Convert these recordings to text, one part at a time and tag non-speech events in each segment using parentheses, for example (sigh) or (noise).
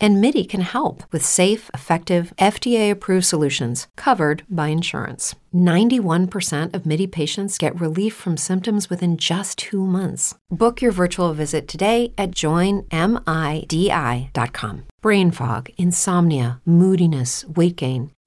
and MIDI can help with safe, effective, FDA approved solutions covered by insurance. 91% of MIDI patients get relief from symptoms within just two months. Book your virtual visit today at joinmidi.com. Brain fog, insomnia, moodiness, weight gain.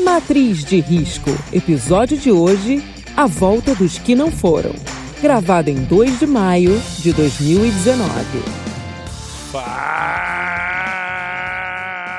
Matriz de Risco, episódio de hoje: A Volta dos Que Não Foram. Gravado em 2 de maio de 2019.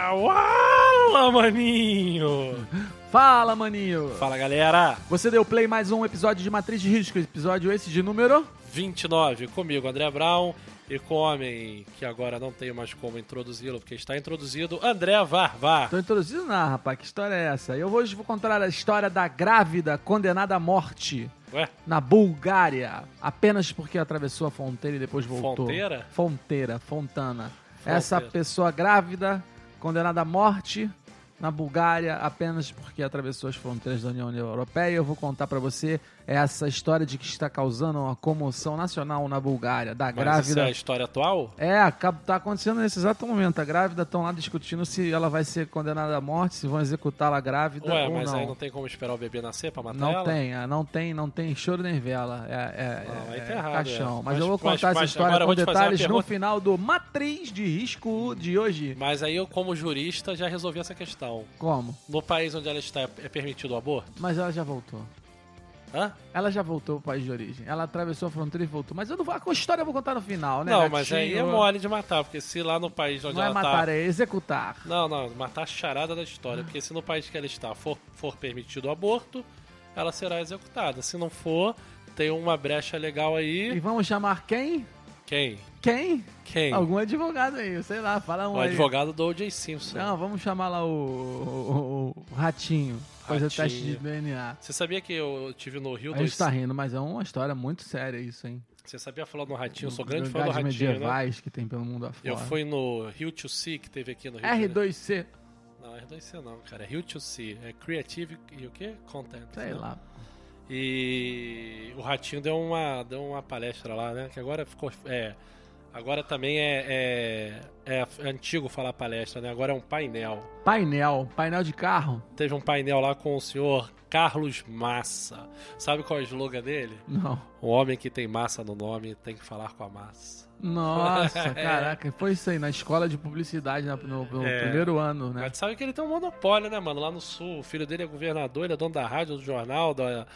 Fala, maninho! Fala, maninho! Fala, galera! Você deu play mais um episódio de Matriz de Risco, episódio esse de número 29, comigo, André Brown, e com o homem que agora não tenho mais como introduzi-lo, porque está introduzido, André Varvar. Tô introduzindo na, rapaz, que história é essa? Eu hoje vou contar a história da grávida condenada à morte Ué, na Bulgária, apenas porque atravessou a fronteira e depois voltou. Fronteira? Fronteira, Fontana. Essa Fronteira. pessoa grávida condenada à morte na Bulgária apenas porque atravessou as fronteiras da União Europeia. Eu vou contar pra você essa história de que está causando uma comoção nacional na Bulgária, da mas isso é grávida. a história atual? É, acaba- tá acontecendo nesse exato momento. A grávida estão lá discutindo se ela vai ser condenada à morte, se vão executá-la grávida Ué, ou mas não. aí não tem como esperar o bebê nascer pra matar Não ela? tem, ah, não tem, não tem choro nem vela. É, é, Não, é, aí tá é errado, caixão. é. Mas, Mas- eu vou mas- contar essa mas história agora eu vou com te fazer uma detalhes no pergunta. final do Matriz de Risco de hoje. Mas aí eu, como jurista, já resolvi essa questão. Como? No país onde ela está, é permitido o aborto? Mas ela já voltou. Hã? Ela já voltou pro país de origem. Ela atravessou a fronteira e voltou. Mas eu não vou, a história eu vou contar no final, né? não, mas gatinho? aí é mole de matar, porque se lá no país onde Não é ela matar, tá... é executar. Não, não, matar a charada da história, porque se no país que ela está for, for permitido o aborto, ela será executada. Se não for, tem uma brecha legal aí. E vamos chamar quem? Quem? Quem? Quem? Algum advogado aí, sei lá, fala um O aí. advogado do O.J. Simpson. Não, vamos chamar lá o, o- o- o Ratinho, fazer Ratinho. teste de DNA. Você sabia que eu tive no Rio A gente dois... tá rindo, mas é uma história muito séria isso, hein? Você sabia falar no Ratinho? Eu sou grande fã do Lugares Ratinho, né? medievais que tem pelo mundo afora. Eu fui no Rio to C que teve aqui no Rio. de Janeiro. R2C, Não, R2C não, cara. É Rio to C. É Creative e o quê? Content. sei né? lá. E o Ratinho deu uma, deu uma palestra lá, né? Que agora ficou. É, agora também é, é, é antigo falar palestra, né? Agora é um painel. Painel, painel de carro? Teve um painel lá com o senhor Carlos Massa. Sabe qual é o slogan dele? Não. Um homem que tem massa no nome tem que falar com a massa. (laughs) Nossa, caraca, foi isso aí, na escola de publicidade, na- no, no É. primeiro ano, né? Mas sabe que ele tem um monopólio, né, mano? Lá no sul, o filho dele é governador, ele é dono da rádio, do jornal, da,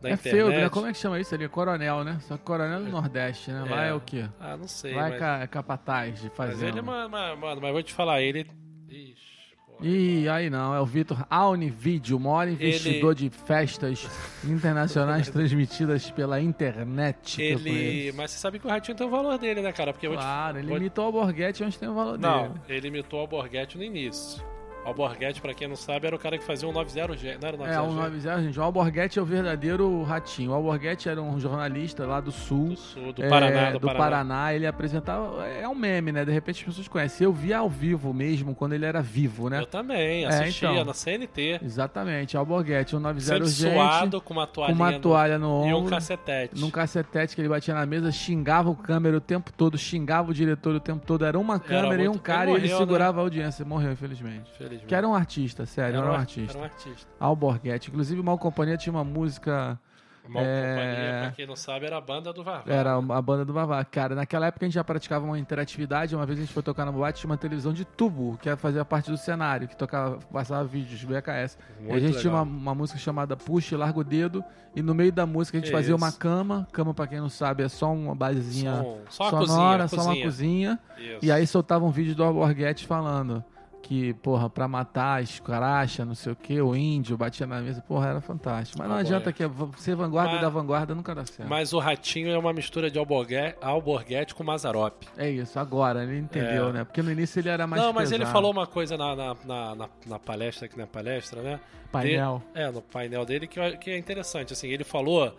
da é internet. feudo, né? Como é que chama isso ali? Coronel, né? Só que coronel do Nordeste, né? Lá É. é, o quê? Ah, não sei, Lá é mas... ca- capataz de mas fazer. ele, é uma- uma- mano, mas vou te falar, ele... Ixi, porra. Ih, aí não, é o Vitor Aunivídeo, o maior investidor de festas internacionais transmitidas pela internet. que Tipo, eu conheço. Ele... Mas você sabe que o Ratinho tem o valor dele, né, cara? Porque eu vou te- Claro, ele vou te... imitou o Borghetti onde tem o valor Não, dele. ele imitou o Alborguete no início. O Alborguete, pra quem não sabe, era o cara que fazia um 90G, não era o 90G? É, o 90, gente. O Alborguete é o verdadeiro ratinho. O Alborguete era um jornalista lá do sul. Do sul, do é, Paraná, do, do Paraná, ele apresentava. É um meme, né? De repente as pessoas conhecem. Eu via ao vivo mesmo, quando ele era vivo, né? Eu também, É, assistia então. na CNT. Exatamente, Alborguete, um 90 Sempre gente, suado, com uma com toalhinha uma no- toalha no e um ombro, cacetete. num cacetete que ele batia na mesa, xingava o câmera o tempo todo, xingava o diretor o tempo todo, era uma câmera e muito- um ele cara e ele morreu, né? segurava a audiência, morreu infelizmente. Infelizmente. Que era um artista, sério, era, um artista. Era um artista. Alborguete, inclusive o Mal Companhia tinha uma música, Mal É. Companhia, pra quem não sabe, era a banda do Vavá. era a banda do Vavá. Cara, naquela época a gente já praticava uma interatividade, uma vez a gente foi tocar na boate, tinha uma televisão de tubo, que fazia parte do cenário, que tocava, passava vídeos, VHS. Muito a gente tinha uma, legal. uma música chamada Puxa e Larga o Dedo, e no meio da música a gente Que fazia uma isso. cama. Cama, pra quem não sabe, é só uma basezinha Só um- só uma sonora, cozinha, só uma cozinha. cozinha. Isso. E aí soltava um vídeo do Alborguete falando que que, porra, pra matar escaracha, não sei o quê, o índio batia na mesa, porra, era fantástico. Mas não Agora- adianta que ser vanguarda Mas- da vanguarda nunca dá certo. Mas o Ratinho é uma mistura de Alborguete, Alborguete com Mazarop. É isso, agora, ele entendeu, É. né? Porque no início ele era mais Não, mas ele pesado. falou uma coisa na, na, na, na- na palestra, aqui na palestra, né? Painel. De- é, no painel dele, que, eu- que é interessante, assim, ele falou...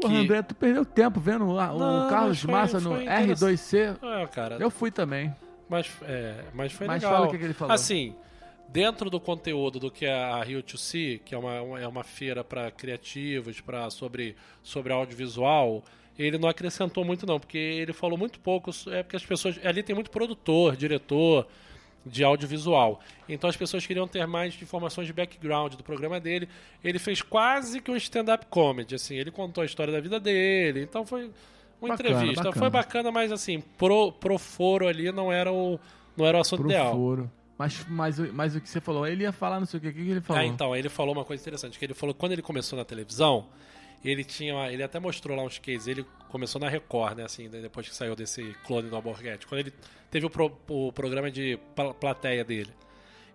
Porra, que- André, tu perdeu tempo vendo o, o Não, Carlos mas foi- Massa no foi R2C. É, cara, Eu fui também. mas, é, mas foi Mas legal. fala o que que ele falou. Assim, dentro do conteúdo do que é a Rio 2C, que é uma, é uma feira para criativos, pra, sobre, sobre audiovisual, ele não acrescentou muito não, porque ele falou muito pouco, é porque as pessoas... Ali tem muito produtor, diretor de audiovisual. Então as pessoas queriam ter mais informações de background do programa dele. Ele fez quase que um stand-up comedy, assim. Ele contou a história da vida dele, então foi uma Bacana, entrevista. bacana. Foi bacana, mas assim, pro, pro foro ali não era o, não era o assunto Pro ideal. foro. Mas, mas, o- mas o que você falou, ele ia falar não sei o que, o que que ele falou? Ah, então, ele falou uma coisa interessante, que ele falou que quando ele começou na televisão, ele tinha. uma- Ele até mostrou lá uns cases, ele começou na Record, né? Assim, depois que saiu desse clone do Alborguete. Quando ele teve o, pro- o programa de pla- plateia dele.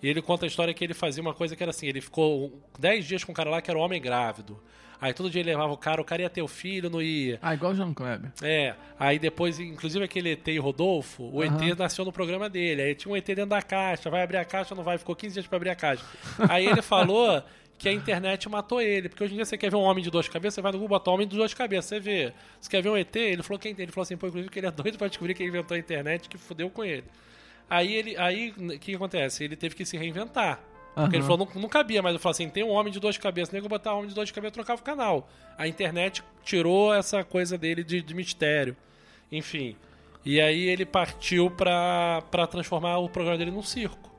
E ele conta a história que ele fazia uma coisa que era assim, ele ficou 10 dias com um cara lá que era um homem grávido. Aí todo dia ele levava o cara, o cara ia ter o filho, não ia. Ah, igual o João Kleber. É, aí depois, inclusive aquele ET e Rodolfo, o Aham. ET nasceu no programa dele. Aí tinha um ET dentro da caixa, vai abrir a caixa, não vai, ficou 15 dias pra abrir a caixa. Aí ele falou que a internet matou ele, porque hoje em dia você quer ver um homem de duas cabeças, você vai no Google botar homem de duas cabeças, você vê. Você quer ver um ET? Ele falou que ele falou assim, pô, inclusive que ele é doido pra descobrir quem inventou a internet, que fudeu com ele. Aí ele, aí o que que acontece? Ele teve que se reinventar. Porque ele Aham. falou, não, não cabia, mas eu falei assim, tem um homem de duas cabeças, nego botar homem de duas cabeças, trocava o canal. A internet tirou essa coisa dele de, de mistério. Enfim. E aí ele partiu pra, pra transformar o programa dele num circo.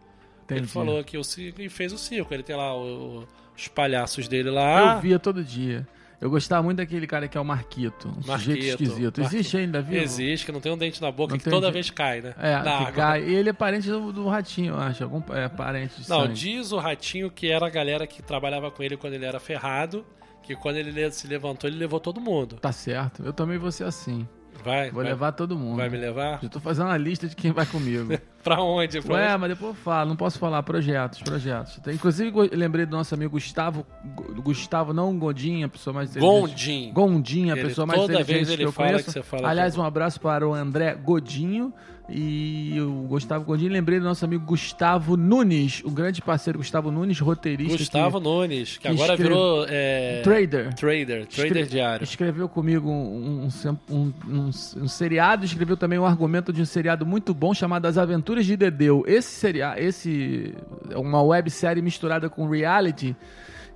Ele Entendi. falou que o circo e fez o circo. Ele tem lá o- os palhaços dele lá. Eu via todo dia. Eu gostava muito daquele cara que é o Marquito. Um sujeito Marquito, esquisito. Existe ainda, viu? Existe, que não tem um dente na boca, Não que tem toda dente. vez cai, né? É, Na que água. cai. E ele é parente do, do Ratinho, eu acho. Algum, é parente de Não, sangue. diz o Ratinho que era a galera que trabalhava com ele quando ele era ferrado, que quando ele le- se levantou, ele levou todo mundo. Tá certo. Eu também vou ser assim. Vai, Vou vai, levar um. todo mundo. vai me levar? Já tô fazendo a lista de quem (laughs) vai comigo. Pra onde? Pra Ué, onde? mas depois eu falo, não posso falar. Projetos, projetos. Tem- Inclusive, go- lembrei do nosso amigo Gustavo. Gu- Gustavo, não Gondinha, a pessoa mais inteligente. Gondim. Gondinha, a Ele- pessoa mais toda inteligente vez ele que eu fala conheço. que você fala Aliás, que- é um abraço para o André Godinho e o Gustavo Godinho. Lembrei do nosso amigo Gustavo Nunes, o grande parceiro Gustavo Nunes, roteirista. que- Gustavo Nunes, que, que agora escreve- virou é, Trader. trader, trader Escre- diário. Escreveu comigo um, um- um- um- um seriado, escreveu também um argumento de um seriado muito bom chamado As Aventuras de Dedeu. Esse seriado, esse é uma websérie misturada com reality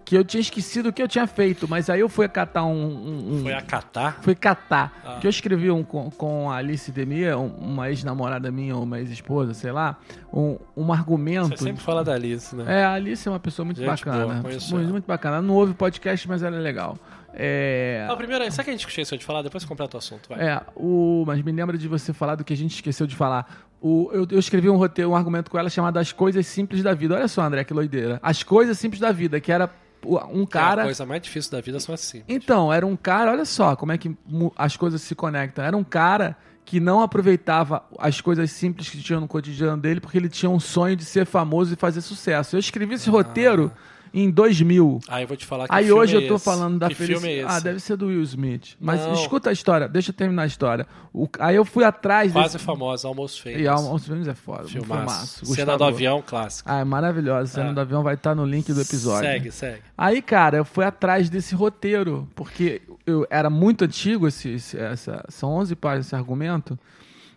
que eu tinha esquecido o que eu tinha feito, mas aí eu fui catar um, um- um- Foi a Catar? fui catar. Ah. Que eu escrevi um, com, com a Alice Demir, um- uma ex-namorada minha, ou uma ex-esposa, sei lá, um, um Você argumento. sempre fala da Alice, né? É, a Alice é uma pessoa muito Gente boa, bacana. conheço muito, ela. muito bacana. Ela Não houve podcast, mas ela é legal. É. Ah, primeiro, sabe o que a gente esqueceu de falar? Depois você completa o assunto, vai. É, o, mas me lembra de você falar do que a gente esqueceu de falar. O, eu, eu escrevi um roteiro, um argumento com ela chamado As Coisas Simples da Vida. Olha só, André, que doideira. As Coisas Simples da Vida, que era o- um cara. A coisa mais difícil da vida são assim. Então, era um cara, olha só como é que mu- as coisas se conectam. Era um cara que não aproveitava as coisas simples que tinha no cotidiano dele porque ele tinha um sonho de ser famoso e fazer sucesso. Eu escrevi esse roteiro em 2000. Aí eu vou te falar Ah. que Aí filme hoje é eu tô esse? falando da que filme é esse? Ah, deve ser do Will Smith. Mas Não. escuta a história, deixa eu terminar a história. O- Aí eu fui atrás Quase famosa, Almost Famous. desse. E Almost Famous é foda. um Filmaço. filmaço. Cena Gustavo- do avião, clássico. Ah, é maravilhosa. A cena Ah. do avião vai estar no link do episódio. Segue, segue. Aí, cara, eu fui atrás desse roteiro, porque eu era muito antigo, esse, esse- essa, são 11 páginas esse argumento,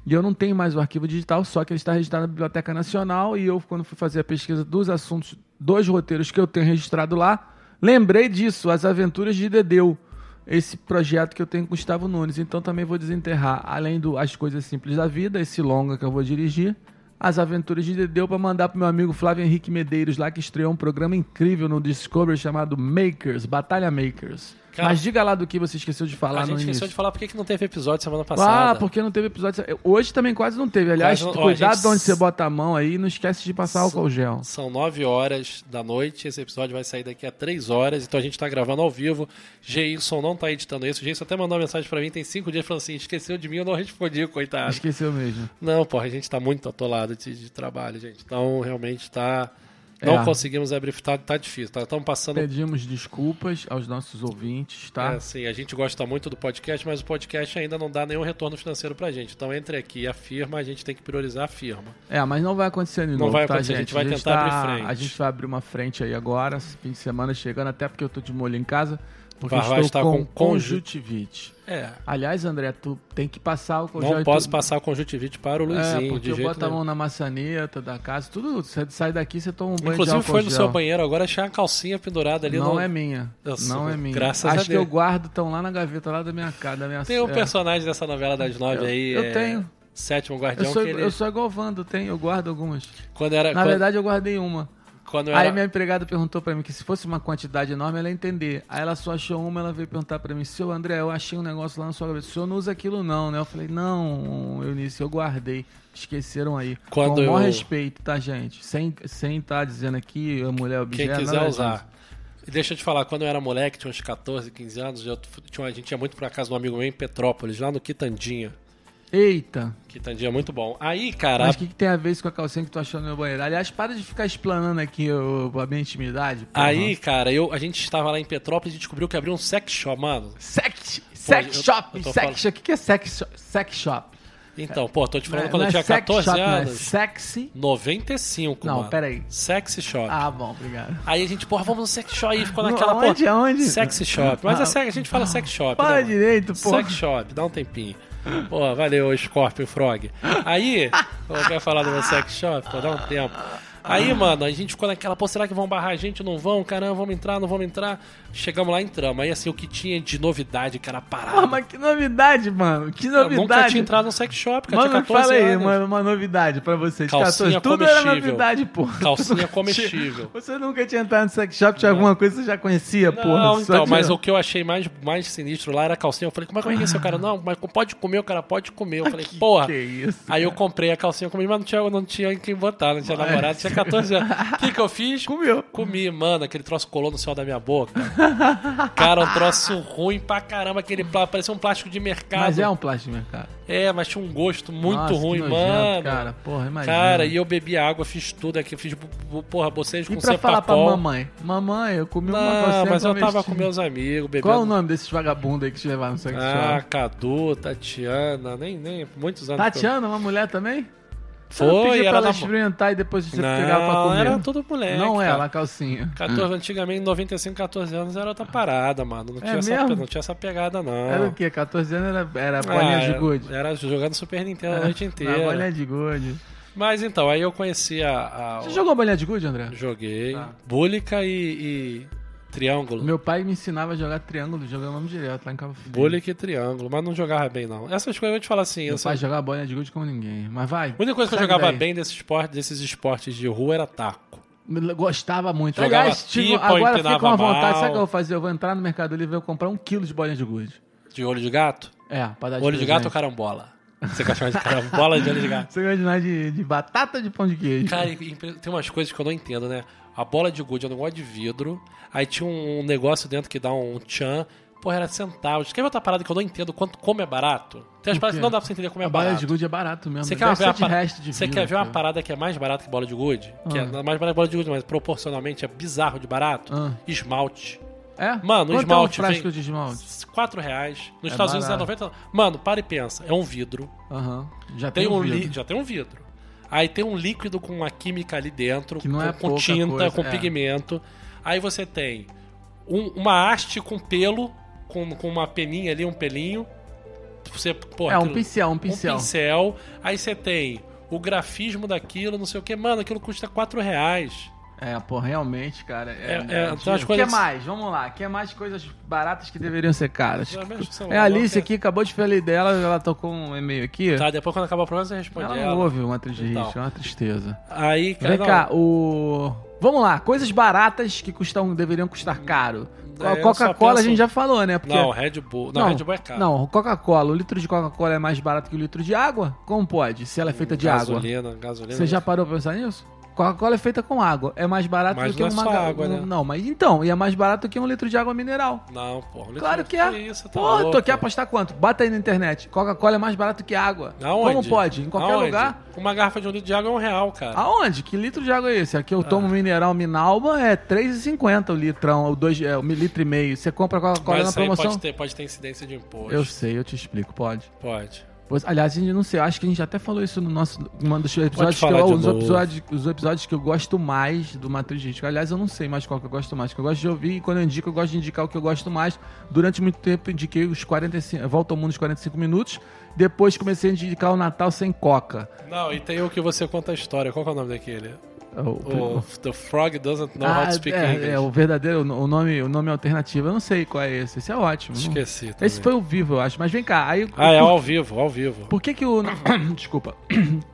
e eu não tenho mais o arquivo digital, só que ele está registrado na Biblioteca Nacional, e eu, quando fui fazer a pesquisa dos assuntos, dos roteiros que eu tenho registrado lá, lembrei disso, As Aventuras de Dedeu, esse projeto que eu tenho com Gustavo Nunes. Então também vou desenterrar, além do As Coisas Simples da Vida, esse longa que eu vou dirigir, as Aventuras de Dedeu para mandar pro meu amigo Flávio Henrique Medeiros lá que estreou um programa incrível no Discovery chamado Makers, Batalha Makers. Cara, Mas diga lá do que você esqueceu de falar a gente no esqueceu início. de falar por que que não teve episódio semana Ah, passada. porque não teve episódio. Hoje também quase não teve. Aliás, Quase não- ó, a cuidado gente- de onde você bota a mão aí. Não esquece de passar álcool gel. São 9 horas da noite, esse episódio vai sair daqui a 3 horas, então a gente tá gravando ao vivo. Geilson não tá editando isso. O Geilson até mandou uma mensagem pra mim, tem 5 dias, falando assim: esqueceu de mim, eu não respondi, coitado. Esqueceu mesmo. Não, porra, a gente tá muito atolado de, de trabalho, gente. Então, realmente tá. Não É. conseguimos abrir, tá, tá difícil. Estamos passando. Pedimos desculpas aos nossos ouvintes, tá? É, assim, a gente gosta muito do podcast, mas o podcast ainda não dá nenhum retorno financeiro pra gente. Então, entre aqui e a firma, a gente tem que priorizar a firma. É, mas não vai acontecer de Não novo, vai tá, acontecer, a gente? gente vai tentar tá- abrir frente. A gente vai abrir uma frente aí agora, esse fim de semana chegando, até porque eu tô de molho em casa, porque Vai- eu vai estou estar com, tá com conjuntivite. É. Aliás, André, tu tem que passar o Não posso passar o conjuntivite para o É, Luizinho, porque de eu jeito boto a nenhum. mão na maçaneta da casa, tudo, você sai daqui, você toma um banho de Inclusive, álcool foi no gel. seu banheiro agora, achei a calcinha pendurada ali. Não no... é minha, Nossa, não é minha. graças a Acho que eu Deus. guardo, estão lá na gaveta, lá da minha casa, da minha Tem um é. personagem dessa novela das nove Eu- aí. eu é, tenho. Sétimo Eu Guardião, sou, é um que ele... eu sou igual o Vando, tem, eu guardo algumas. Quando era... Na quando, verdade, eu guardei uma. quando eu Aí era... minha empregada perguntou pra mim que se fosse uma quantidade enorme, ela ia entender. Aí ela só achou uma, ela veio perguntar pra mim, seu André, eu achei um negócio lá na sua gaveta, o senhor não usa aquilo não, né? Eu falei, não, Eunice, eu guardei. Esqueceram aí. Quando Com o maior eu- respeito, tá, gente? Sem estar sem tá dizendo aqui, a mulher é objeto. Quem quiser nada usar. disso. E Deixa eu te falar, quando eu era moleque, tinha uns 14, 15 anos, eu t- tinha, a gente ia muito pra casa de um amigo meu em Petrópolis, lá no Quitandinha. Eita, Quitandinha é muito bom. Aí, cara, mas o que, que tem a ver isso com a calcinha que tu achou no meu banheiro? Aliás, para de ficar explanando aqui ô, a minha intimidade. porra. aí, cara, eu, a gente estava lá em Petrópolis e descobriu que abriu um sex shop, mano. Sex, sex eu- shop, eu tô sex falando- shop. O que, que é sex, shop- sex shop? Então, pô, tô te falando Não é- quando não eu é tinha sex 14 shop, não, é anos. sexy 95, Não, mano. peraí. Sexy shop. Ah, bom, obrigado. Aí a gente, porra, vamos no sex shop. Aí ficou No- naquela, aonde, porra, aonde? Sexy shop. Mas Ah, é sex, a gente fala sex shop. Para né, mano? direito, pô. Sex shop, dá um tempinho. Pô, valeu, Scorpion Frog. Aí, eu quero falar do meu sex shop, pô, dá um tempo. Aí, mano, a gente ficou naquela, pô, será que vão barrar a gente? Não vão? Caramba, vamos entrar, não vamos entrar. Chegamos lá, entramos. Aí, assim, o que tinha de novidade, cara, parada. Pô, Ah, mas que novidade, mano. Que Eu novidade. nunca tinha entrado no sex shop, cara, Mano, tinha me 14 fala aí, anos. mano, uma novidade pra vocês. Calcinha 14, tudo era comestível. novidade, pô. (laughs) Calcinha comestível. Você nunca tinha entrado no sex shop, tinha alguma coisa que você já conhecia, pô. Não, então, mas o que eu achei mais, mais sinistro lá era a calcinha. Eu falei, como é que é isso, O cara? Não, mas pode comer, o cara pode comer. Eu falei, porra. Que é isso. Aí eu comprei a calcinha comigo, mas não tinha, não tinha em quem botar, não tinha namorado, tinha 14 anos. O que, que eu fiz? (laughs) Comeu. Comi, mano, aquele troço colou no céu da minha boca. Cara, um troço ruim pra caramba, aquele plástico, parecia um plástico de mercado. Mas é um plástico de mercado. É, mas tinha um gosto muito Nossa, que ruim, nojento, mano. cara. Porra, imagina. Cara, e eu bebi água, fiz tudo aqui, fiz, bu- bu- porra, bocejo E com pra falar pra cepacol. mamãe? Mamãe, eu comi uma Não, calcinha mas eu tava comestível. com meus amigos, bebendo. Qual o nome desses vagabundos aí que te levaram no sex Ah, shop? Cadu, Tatiana, nem, nem, muitos anos. que eu- Tatiana, uma mulher também? Você não Foi, pedia pra era ela da... experimentar e depois você pegava pra Não, comer. era todo moleque. Não é cara. ela, a calcinha. 14, antigamente, 95, 14 anos era outra parada, mano. Não, É tinha, essa, mesmo? pe- não tinha essa pegada, não. Era o quê? 14 anos era, era Ah, bolinha de É. era- gude. Era jogando Super Nintendo a noite Ah, inteira. bolinha de gude. Mas então, aí eu conheci a. a- Você jogou bolinha de gude, André? Joguei. Tá. Búlica e, e Triângulo. Meu pai me ensinava a jogar triângulo, jogando nome direto lá em Cabo Frio. Búlica e Triângulo, mas não jogava bem, não. Essas coisas eu vou te falar assim. Meu eu só- pai jogava bolinha de gude como ninguém. Mas vai. A única coisa que eu segue jogava daí. bem desse esporte, desses esportes de rua era taco. Gostava muito. Jogava Aliás, tive, pipa, agora empinava fica uma vontade. mal. Sabe o que eu vou fazer? Eu vou entrar no Mercado Livre e vou comprar um quilo de bolinha de gude. De olho de gato? É, pra dar de Olho Tá de gato ou presente. carambola? Você quer chamar de carambola de olho de gato? (laughs) Você gosta de nada de, de batata ou de pão de (laughs) queijo? Cara, e- e tem umas coisas que eu não entendo, né? A bola de gude é um negócio de vidro, aí tinha um negócio dentro que dá um tchan. Porra, era centavos. Quer ver outra parada que eu não entendo quanto como é barato? Tem as O paradas quê? que não dá pra você entender como é A bolinha barato. de gude é barato mesmo. Você Deve quer, ver ser uma, de pa- resto de você vidro, quer ver uma cara. parada que é mais barata que bola de gude? Que é Ah. mais barata que bola de gude, mas proporcionalmente é bizarro de barato. Ah. Esmalte. É? Mano, Quanto esmalte é um frasco vem- de esmalte? 4 reais. Nos É Estados Unidos é barato. 90. Mano, para e pensa. É um vidro. Aham. Já tem, Tem um vidro. li- Já tem um vidro. Aí tem um líquido com uma química ali dentro, Que não com, é com pouca tinta, coisa, com é. pigmento. Aí você tem um- uma haste com pelo, com, com uma peninha ali, um pelinho. Você, pô, É um aquilo- pincel, um pincel. um pincel. Aí você tem o grafismo daquilo, não sei o que. Mano, aquilo custa 4 reais. É, pô, realmente, cara. É, é, É, é, então antigo. as coisas- que mais? Vamos lá. que mais coisas baratas que deveriam ser caras? Já mesmo um que são É a Alice loucas. aqui, acabou de falar dela, ela tocou um e-mail aqui. Tá, depois quando acabar o programa você responde ela ela. não ouve uma atriz de Então. um- risco, é uma tristeza. Aí, cara, Vem não, cá, o. Vamos lá, coisas baratas que custam, deveriam custar caro. A É, eu Coca-Cola só a penso- gente já falou, né? Porque- Não, Red Bull. Não, Red Bull é caro. Não, Coca-Cola. O litro de Coca-Cola é mais barato que o litro de água? Como pode? Se ela é feita de água. gasolina, Gasolina, é Você já parou pra pensar nisso? Coca-Cola é feita com água. É mais barato Mas do que não é uma só ga- água, né? Não, mas então, e é mais barato que um litro de água mineral. Não, pô. um litro- Claro que é. isso, tá Pô, louco. tu quer apostar quanto? Bota aí na internet. Coca-Cola é mais barato que água. Aonde? Como pode? Em qualquer Aonde? lugar. Ah, Uma garrafa de um litro de água é um real, cara. Aonde? Que litro de água é esse? Aqui eu Ah. tomo mineral Minalba, é 3,50 o litrão, o dois, é, o litro e meio. Você compra Coca-Cola Mas na isso aí é promoção? pode ter, pode ter incidência de imposto. Eu sei, eu te explico, pode. Pode. Pois, aliás, a gente não sei, eu acho que a gente até falou isso no nosso. Um dos episódios que falar eu, de os, novo. episódios, os episódios que eu gosto mais do Matriz Risco. Aliás, eu não sei mais qual que eu gosto mais, que eu gosto de ouvir e quando eu indico, eu gosto de indicar o que eu gosto mais. Durante muito tempo, eu indiquei os 45. Volta ao mundo os 45 minutos. Depois comecei a indicar o Natal sem Coca. Não, e tem o que você conta a história. Qual que é o nome daquele? É O, O The Frog Doesn't Know How Ah, to Oh, Speak é, English. é, o verdadeiro, o nome, o nome alternativo. Eu não sei qual é esse. Esse é ótimo. Não- Esqueci também. Esse foi o vivo, eu acho. Mas vem cá, aí. Ah, é ao vivo, ao vivo. Por que que o. (coughs) Desculpa.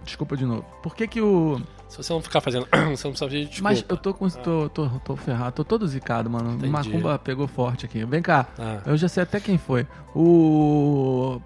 Desculpa de novo. Por que que o. Se você não ficar fazendo, (clears throat) você não precisa pedir desculpa. Mas eu tô com. Tô, tô, tô ferrado, tô todo zicado, mano. Entendi. Macumba pegou forte aqui. Vem cá. Ah. Eu já sei até quem foi. O.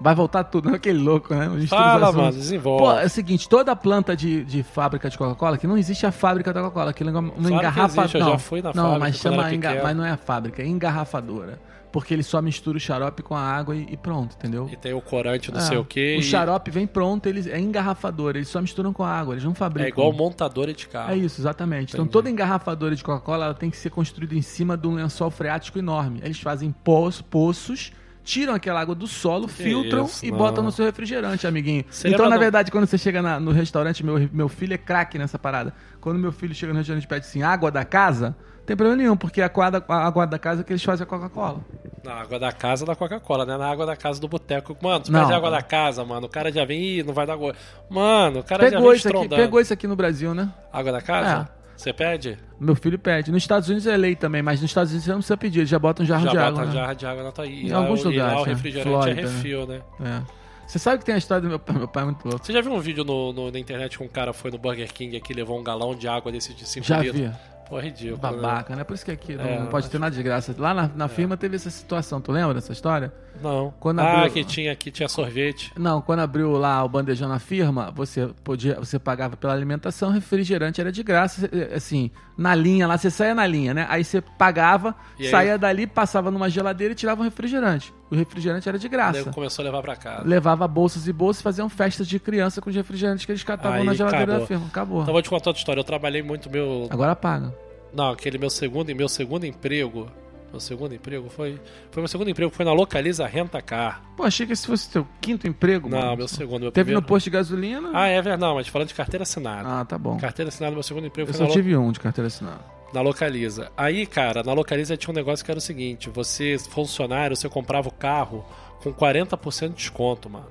Vai voltar tudo, (laughs) não é aquele louco, né? A gente Fala, tudo mano, assuntos. desenvolve. Pô, é o seguinte, toda planta de, de fábrica de Coca-Cola, que não existe a fábrica da Coca-Cola, aquilo é uma que engarrafa- existe, eu não, já fui na não, fábrica é mas quando chama era enga- pequeno. mas não é a fábrica, é engarrafadora. Porque ele só mistura o xarope com a água e, e pronto, entendeu? E tem o corante não É, sei o quê. O e xarope vem pronto, eles é engarrafador, eles só misturam com a água, eles não fabricam. É igual montadora de carro. É isso, exatamente. Então Entendi. toda engarrafadora de Coca-Cola ela tem que ser construída em cima de um lençol freático enorme. Eles fazem poços, poços tiram aquela água do solo, filtram isso, e não. botam no seu refrigerante, amiguinho. Você então, lembra na do- verdade, quando você chega na- no restaurante, meu, meu filho é craque nessa parada. Quando meu filho chega no restaurante e pede assim, água da casa, não tem problema nenhum, porque a, quadra- a água da casa é que eles fazem a Coca-Cola. Na água da casa da Coca-Cola, né? Na água da casa do boteco. Mano, tu Não. pede água da casa, mano. O cara já vem, ih, não vai dar gosto. Mano, o cara já Pegou vem isso, aqui, estrondando. pegou isso Ah. aqui no Brasil, né? Água da casa? Você pede? Meu filho pede. Nos Estados Unidos é lei também, mas nos Estados Unidos você não precisa pedir, eles já botam um jarro já de bota água. né? jarra de água na tua ilha. Em alguns E lá lugares, o né? refrigerante Flórida, é né? refil, né? É. Você sabe que tem a história do meu pai? Meu pai é muito louco. Você já viu um vídeo no, no- na internet que um cara foi no Burger King aqui e levou um galão de água desse de 5 Já litros? vi. Pô, é ridículo. Né? Babaca, né? Por isso que aqui não, É, não pode ter nada de graça. Lá na, na firma teve essa situação, tu lembra dessa história? Não. Quando ah, abriu- que tinha aqui, tinha sorvete. Não, quando abriu lá o bandejão na firma, você podia, você pagava pela alimentação, refrigerante era de graça, eh, assim, na linha lá, você saía na linha, né? Aí você pagava, E aí- saía dali, passava numa geladeira e tirava um refrigerante. O refrigerante era de graça. Nego começou a levar pra casa. Levava bolsas e bolsas, faziam festas de criança com os refrigerantes que eles catavam Aí na geladeira acabou. da firma. Acabou. Então vou te contar outra história. Eu trabalhei muito meu. Agora paga. Não, aquele meu segundo, meu segundo emprego. Meu segundo emprego foi. Foi meu segundo emprego, foi na Localiza Renta Car. Pô, achei que esse fosse teu quinto emprego, mano. Não, meu segundo, meu é? Teve primeiro. no posto de gasolina? Ah, é verdade, não, mas falando de carteira assinada. Ah, tá bom. Carteira assinada, meu segundo emprego Eu foi só na, lo- tive um de carteira assinada. na Localiza. Aí, cara, na Localiza tinha um negócio que era o seguinte: você, funcionário, você comprava o carro com 40% de desconto, mano.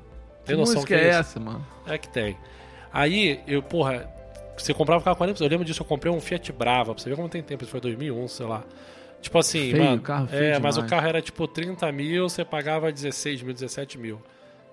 Tem que noção música que é isso? essa, mano? É que tem. Aí, eu, porra, você comprava o carro com 40%. Eu lembro disso, eu comprei um Fiat Brava, pra você ver como tem tempo, isso foi 2001, sei lá. Tipo assim, Feio, mano. carro feio é, mas o demais. carro era tipo 30 mil, você pagava 16 mil, 17 mil.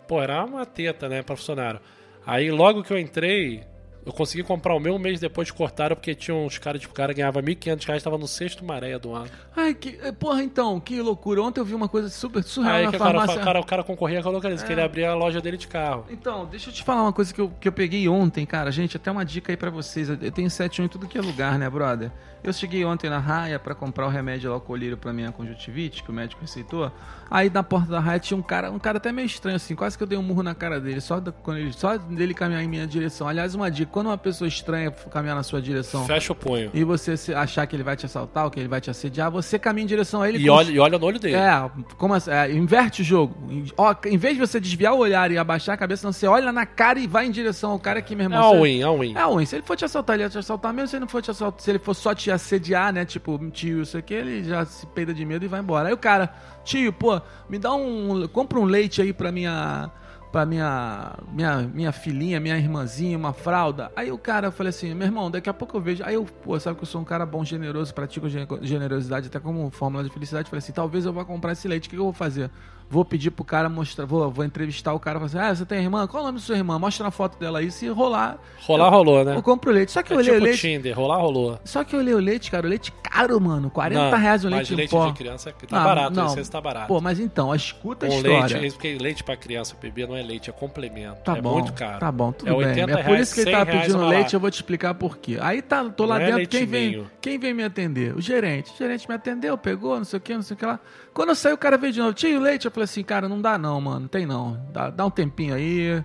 Pô, era uma teta, né, pra funcionário. Aí logo que eu entrei, eu consegui comprar o meu um mês depois cortaram, porque tinha uns caras, tipo, o cara ganhava 1.500 reais, tava no sexto maré do ano. Ai, que. eh, Porra, então, que loucura. Ontem eu vi uma coisa super surreal Aí na que o cara, farmácia. É. fa- cara, o cara concorria com a localiza, que ele abria a loja dele de carro. Então, deixa eu te falar uma coisa que eu, que eu peguei ontem, cara. Gente, até uma dica aí pra vocês. Eu eu tenho 7 em tudo que é lugar, né, brother? Eu cheguei ontem na raia pra comprar o remédio lá, o colírio pra minha conjuntivite, que o médico receitou. Aí na porta da raia tinha um cara, um cara até meio estranho, assim. Quase que eu dei um murro na cara dele, só, da- quando ele, só dele caminhar em minha direção. Aliás, uma dica: quando uma pessoa estranha caminhar na sua direção Fecha o punho. Então. e você se- achar que ele vai te assaltar ou que ele vai te assediar, você caminha em direção a ele E com- olha, e olha no olho dele. é, como assim? É, inverte o jogo. Em, ó, em vez de você desviar o olhar e abaixar a cabeça, não, você olha na cara e vai em direção ao cara que, meu É irmão. all você... in, all in. É ruim. Se ele for te assaltar, ele ia te assaltar mesmo. Se ele não for te assaltar, se ele for só te assediar, né? Tipo, tio, isso aqui, ele já se peida de medo e vai embora. Aí o cara, tio, pô, me dá um. Compra um leite aí pra minha. pra minha, minha, minha filhinha, minha irmãzinha, uma fralda. Aí o cara, eu falei assim, meu irmão, daqui a pouco eu vejo. Aí eu, pô, sabe que eu sou um cara bom, generoso, pratico gene- generosidade até como fórmula de felicidade. Falei assim, talvez eu vá comprar esse leite, o que que eu vou fazer? Vou pedir pro cara mostrar, vou, vou entrevistar o cara, falar assim, ah, você tem irmã? Qual o nome da sua irmã? Mostra a foto dela aí, se rolar, Rolar rolou, né? eu compro o leite. Só que eu É olhei tipo o leite, Tinder, rolar rolou. só que eu olhei o leite, cara, o leite caro, mano, 40 Não, reais o mas leite em leite pó. de criança é- tá Ah, barato, não. não. licença tá barato. Pô, mas então, escuta a Ou história. leite, porque leite pra criança beber não é leite, é complemento. Tá é bom, muito caro. Tá bom, tudo É bem. 80 É por isso que ele reais, tá 100 reais pedindo uma leite, lata. eu vou te explicar por quê. Aí tá, tô lá Não é dentro, leite quem vem, ninho. quem vem me atender? O gerente. O gerente me atendeu, pegou, não sei o que, não sei o que lá. Quando eu saí, o cara veio de novo, tio, leite. Eu falei assim, cara, não dá não, mano, tem não. Dá, dá um tempinho aí.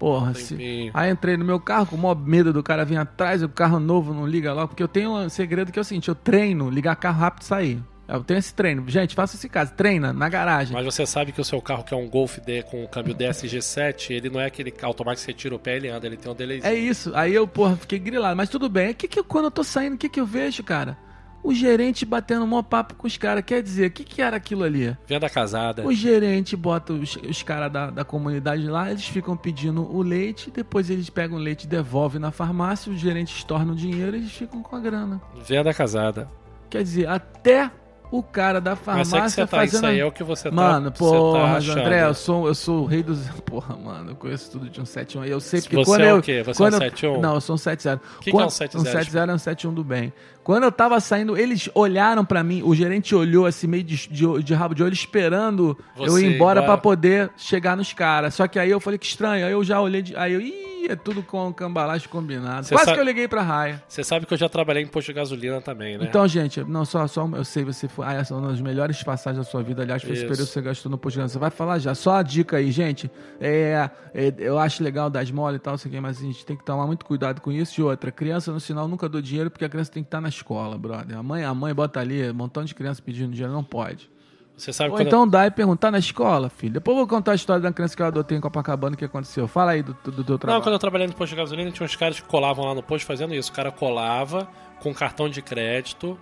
Porra, se- tempinho. aí entrei no meu carro com o maior medo do cara vir atrás, o carro novo não liga lá, porque eu tenho um segredo que é o seguinte, eu treino, ligar carro rápido e sair. Eu tenho esse treino. Gente, faça esse caso, treina na garagem. Mas você sabe que o seu carro, que é um Golf D com o Uhum. câmbio DSG7, ele não é aquele automático que você tira o pé e ele anda, ele tem um delayzinho. É isso. Aí eu, porra, fiquei grilado. Mas tudo bem. O que que eu- quando eu tô saindo, o que que eu vejo, cara? O gerente batendo mó papo com os caras. Quer dizer, o que que era aquilo ali? Venda casada. O gerente bota os, os caras da, da comunidade lá, eles ficam pedindo o leite, depois eles pegam o leite e devolvem na farmácia, os gerentes tornam o dinheiro e eles ficam com a grana. Venda casada. Quer dizer, até o cara da Mas é que farmácia você tá, fazendo... isso aí é o que você tá Mano, você tá porra, mas achando. André, eu sou, eu sou o rei dos. (laughs) Porra, mano, eu conheço tudo de um 71. Eu sei porque Você quando é eu. o quê? Você é quando um eu- 71? Não, eu sou um 70. Que que é um Quando- 70? Um 70 é um 71 do bem. Quando eu tava saindo, eles olharam pra mim, o gerente olhou assim, meio de, de- de rabo de olho, esperando Você eu ir ir embora embora. pra poder chegar nos caras. Só que aí eu falei que estranho. Aí eu já olhei. De, aí eu. Ih, é tudo com cambalacho combinado. Você Quase sabe- que eu liguei pra raia. Você sabe que eu já trabalhei em posto de gasolina também, né? Então, gente, não, só, só eu sei, você foi. Ah, essa é uma das melhores passagens da sua vida, aliás, foi esse Isso. período que você gastou no posto. Você vai falar já. Só a dica aí, gente. É, é, eu acho legal dar esmola e tal, não sei o que, mas a gente tem que tomar muito cuidado com isso. E outra, criança no sinal nunca dou dinheiro porque a criança tem que estar na escola, brother. A mãe, a mãe bota ali, um montão de criança pedindo dinheiro, não pode. você sabe Ou quando então dá e perguntar na escola, filho. Depois eu vou contar a história da criança que eu adotei em Copacabana, o que aconteceu. Fala aí do, do, do teu Não, trabalho. quando eu trabalhei no posto de gasolina, tinha uns caras que colavam lá no posto fazendo isso. O cara colava com um cartão de crédito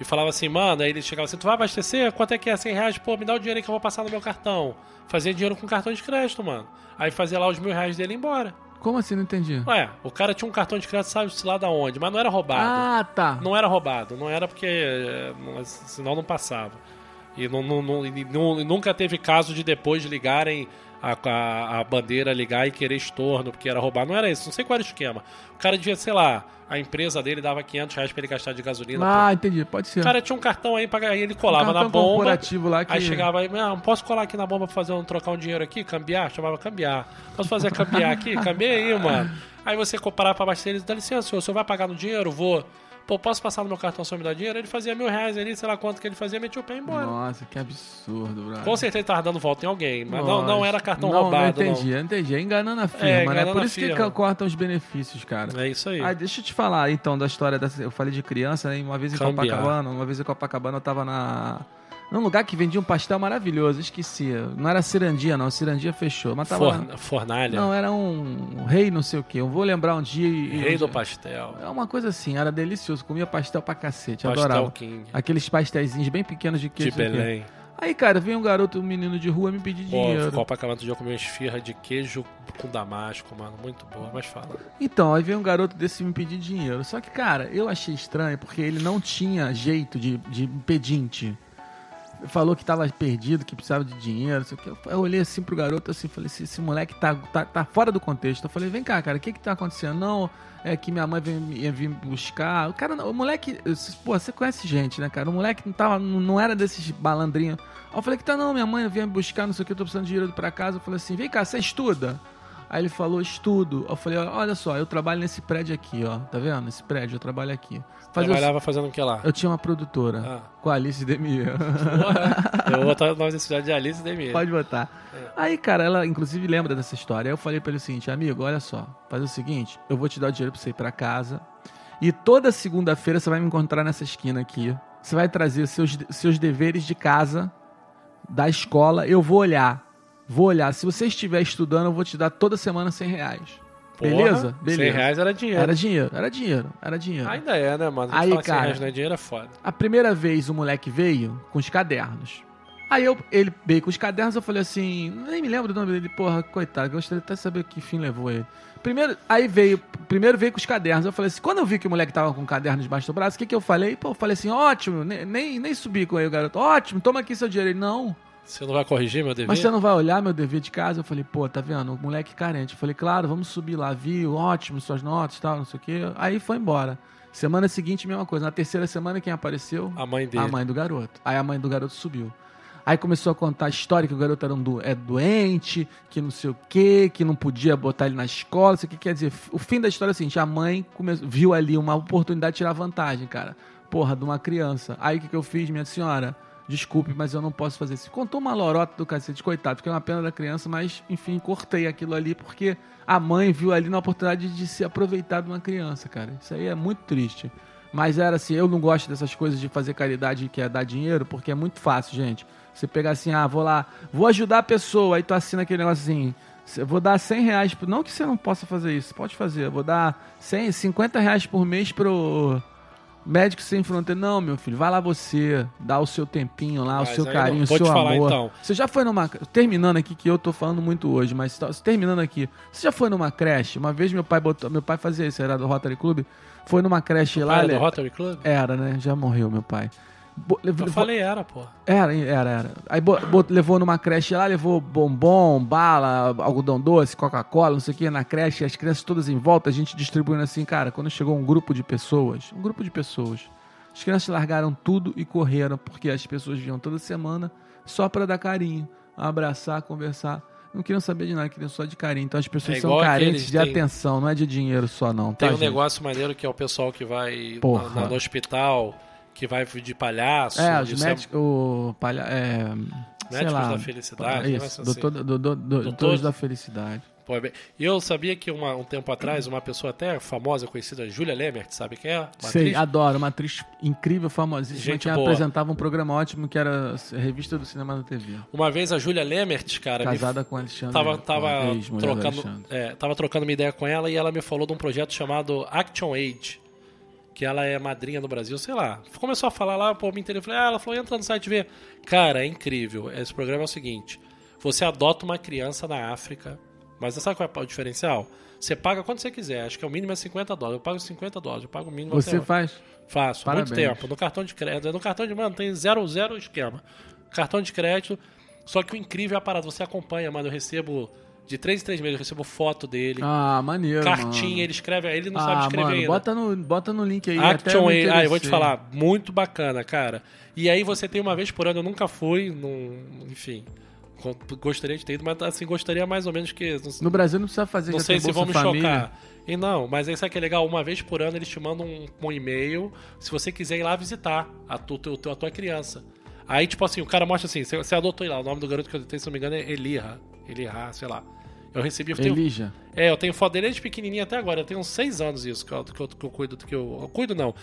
e falava assim, mano, aí ele chegava assim, tu vai abastecer? Quanto é que é? 100 reais? Pô, me dá o dinheiro aí que eu vou passar no meu cartão. Fazia dinheiro com cartão de crédito, mano. Aí fazia lá os mil reais dele e ia embora. Como assim? Não entendi. Ué, o cara tinha um cartão de crédito, sabe-se lá da onde, mas não era roubado. Ah, tá. Não era roubado, não era porque é, não- senão não passava. E, não- não- não- e nu- e nunca teve caso de depois ligarem a, a- a bandeira, ligar e querer estorno, porque era roubar. Não era isso, não sei qual era o esquema. O cara devia, sei lá, a empresa dele dava 500 reais pra ele gastar de gasolina. Ah, entendi. Pode ser. O cara tinha um cartão aí, pra, aí ele colava cartão na bomba. corporativo lá que- Aí chegava aí, não, posso colar aqui na bomba pra fazer um, trocar um dinheiro aqui? Cambiar? Chamava cambiar. Posso fazer cambiar (laughs) aqui? Cambiei aí, mano. Aí você comparava pra abastecer ele, dá licença, senhor, o senhor vai pagar no dinheiro? Vou. Pô, posso passar no meu cartão, o senhor me dá dinheiro? Ele fazia mil reais ali, sei lá quanto que ele fazia, metia o pé e ia embora. Nossa, que absurdo, brother. Com certeza ele tava dando volta em alguém, mas não, não era cartão não, roubado, Não não. entendi, não entendi. É enganando a firma, É, né? enganando Por a isso que firma. co- cortam os benefícios, cara. É isso aí. Ah, deixa eu te falar então da história dessa. Eu falei de criança, né? Uma vez em Cambiar. Copacabana, uma vez em Copacabana eu tava na. Num lugar que vendia um pastel maravilhoso, esqueci. Não era Cirandia, não. Cirandia fechou. Mas tava. Forna- fornalha. Não, era um rei, não sei o quê. Eu vou lembrar um dia e. Rei do e- pastel. É uma coisa assim, era delicioso. Comia pastel pra cacete, Pastel adorava. King. Aqueles pastelzinhos bem pequenos de De queijo. não sei o quê. Belém. Aí, cara, veio um garoto, um menino de rua, me pedir Pô, dinheiro. Copacabana outro dia eu comi uma esfirra de queijo com damasco, mano. Muito boa, mas fala. Então, aí veio um garoto desse me pedir dinheiro. Só que, cara, eu achei estranho porque ele não tinha jeito de, de pedinte. Falou que tava perdido, que precisava de dinheiro, não sei o que. Eu olhei assim pro garoto assim, falei, esse, esse moleque tá, tá, tá fora do contexto. Eu falei, vem cá, cara, o que que tá acontecendo? Não, é que minha mãe veio me- ia vir me buscar. O cara, não- o moleque, eu disse, pô, você conhece gente, né, cara? O moleque não tava, não não era desses balandrinhos. Aí eu falei que tá, não, minha mãe veio me buscar, não sei o que, eu tô precisando de dinheiro pra casa. Eu falei assim, vem cá, você estuda? Aí ele falou, estudo. Eu falei, olha só, eu trabalho nesse prédio aqui, ó. Tá vendo? Esse prédio, eu trabalho aqui. Fazer o- Trabalhava fazendo o que lá? assim. Eu tinha uma produtora Ah. com a Alice Demir. (laughs) Eu vou botar o nome da cidade de Alice Demir. Pode botar. É. Aí, cara, ela inclusive lembra dessa história. Aí eu falei pra ele o seguinte, amigo, olha só, faz o seguinte, eu vou te dar o dinheiro pra você ir pra casa. E toda segunda-feira você vai me encontrar nessa esquina aqui. Você vai trazer seus, seus deveres de casa, da escola, eu vou olhar. Vou olhar. Se você estiver estudando, eu vou te dar toda semana 100 reais. Porra, Beleza? 100 Beleza. reais era dinheiro. Era dinheiro, era dinheiro, era dinheiro. Ainda é, né, mano? A gente Aí, fala que 100 cara. reais não é dinheiro, é foda. A primeira vez o moleque veio com os cadernos. Aí eu, ele veio com os cadernos, eu falei assim, nem me lembro do nome dele, porra, coitado, gostaria até de saber que fim levou ele. Primeiro, aí veio, primeiro veio com os cadernos, eu falei assim, quando eu vi que o moleque tava com o caderno debaixo do braço, o que que eu falei? Pô, eu falei assim, ótimo, ne- nem, nem subi com ele, o garoto, ótimo, toma aqui seu dinheiro. Ele, não, Você não vai corrigir meu dever? mas você não vai olhar meu dever de casa? Eu falei, pô, tá vendo? O moleque carente. Eu falei, claro, vamos subir lá, viu? Ótimo, suas notas e tal, não sei o quê. Aí foi embora. Semana seguinte, mesma coisa. Na terceira semana, quem apareceu? A mãe dele. A mãe do garoto. Aí a mãe do garoto subiu. Aí começou a contar a história que o garoto era um do, é doente, que não sei o quê, que não podia botar ele na escola, isso aqui quer dizer. O fim da história é o seguinte, a mãe come- viu ali uma oportunidade de tirar vantagem, cara. Porra, de uma criança. Aí o que, que eu fiz, minha senhora? Desculpe, mas eu não posso fazer isso. Contou uma lorota do cacete, coitado, fiquei uma pena da criança, mas enfim, cortei aquilo ali porque a mãe viu ali uma oportunidade de se aproveitar de uma criança, cara. Isso aí é muito triste. Mas era assim, eu não gosto dessas coisas de fazer caridade que é dar dinheiro, porque é muito fácil, gente. Você pegar assim, ah, vou lá, vou ajudar a pessoa, aí tu assina aquele negócio assim, "Cê- vou dar 100 reais, pro- não que você não possa fazer isso, pode fazer, vou dar 100, 50 reais por mês pro Médico Sem Fronteira. Não, meu filho, vai lá você, dá o seu tempinho lá, Mas o seu aí carinho, não. o Vou seu te falar, amor. então. Você já foi numa. Terminando aqui, que eu tô falando muito hoje, mas tá- terminando aqui. Você já foi numa creche? Uma vez meu pai botou. Meu pai fazia isso, era do Rotary Club. Foi numa creche lá. Cara ele- é- do Rotary Então Club? Era, né? Já morreu meu pai. Bo- Eu levou- falei era, pô. Era, era, era. Aí bo- bot- levou numa creche lá, levou bombom, bala, algodão doce, Coca-Cola, não sei o que, na creche, as crianças todas em volta, a gente distribuindo assim, cara, quando chegou um grupo de pessoas, um grupo de pessoas, as crianças largaram tudo e correram, porque as pessoas vinham toda semana só pra dar carinho, abraçar, conversar. Não queriam saber de nada, queriam só de carinho. Então as pessoas É são igual carentes aqueles, de tem- atenção, não é de dinheiro só, não. Tem tá, um gente? negócio maneiro que é o pessoal que vai Porra. na- no hospital, que vai de palhaço. É, os isso médicos. O palha, é, sei Médicos lá, da Felicidade, um Isso, negócio assim. doutor, do, do, do- doutores Doutores- da felicidade. Pô, é bem- E eu sabia que uma- um tempo atrás, uma pessoa até famosa, conhecida, Julia Lemert, sabe quem é? Uma Sei, atriz? adoro. Uma atriz incrível, famosíssima, Gente que boa. apresentava um programa ótimo que era a Revista do Cinema na TV. Uma vez a Julia Lemert, cara, me Casada com Alexandre. né? tava, tava, com a ex-mulher do trocando, Alexandre. é, tava trocando uma ideia com ela e ela me falou de um projeto chamado Action Aid. Que ela é madrinha no Brasil, sei lá. Começou a falar lá, pô, me interessei. Falei, ah, ela falou, entra no site e vê. Cara, é incrível. Esse programa é o seguinte: você adota uma criança na África, mas sabe qual é o diferencial? Você paga quanto você quiser, acho que o mínimo é 50 dólares. Eu pago 50 dólares, eu pago o mínimo até Você hoje. faz. Faço, há muito Parabéns. tempo. No cartão de crédito. No cartão de. Mano, tem zero, zero esquema. Cartão de crédito. Só que o incrível é a parada. Você acompanha, mano. Eu recebo. De três em três meses, eu recebo foto dele. Ah, maneiro. cartinha, mano. ele escreve. Ele não ah, sabe escrever mano, ainda. Bota no, bota no link aí. até Action me Aid. Ah, eu vou te interessei. falar. Muito bacana, cara. E aí você tem uma vez por ano, eu nunca fui, num, enfim. go- Gostaria de ter ido, mas assim, gostaria mais ou menos que. não- No Brasil não precisa fazer. não já sei tem se vão Bolsa me Família. chocar. E não, mas isso aqui é legal. Uma vez por ano eles te mandam um, um e-mail se você quiser ir lá visitar a, tu, teu- teu- a tua criança. Aí, tipo assim, o cara mostra assim, você você adotou ele lá, o nome do garoto que eu tenho, se não me engano, é Elirra. Elirra, sei lá. Eu recebi, eu tenho, Elija. é, eu tenho foto dele desde pequenininho até agora. Eu tenho uns seis anos isso, que eu, que eu, que eu cuido, que eu, eu cuido não.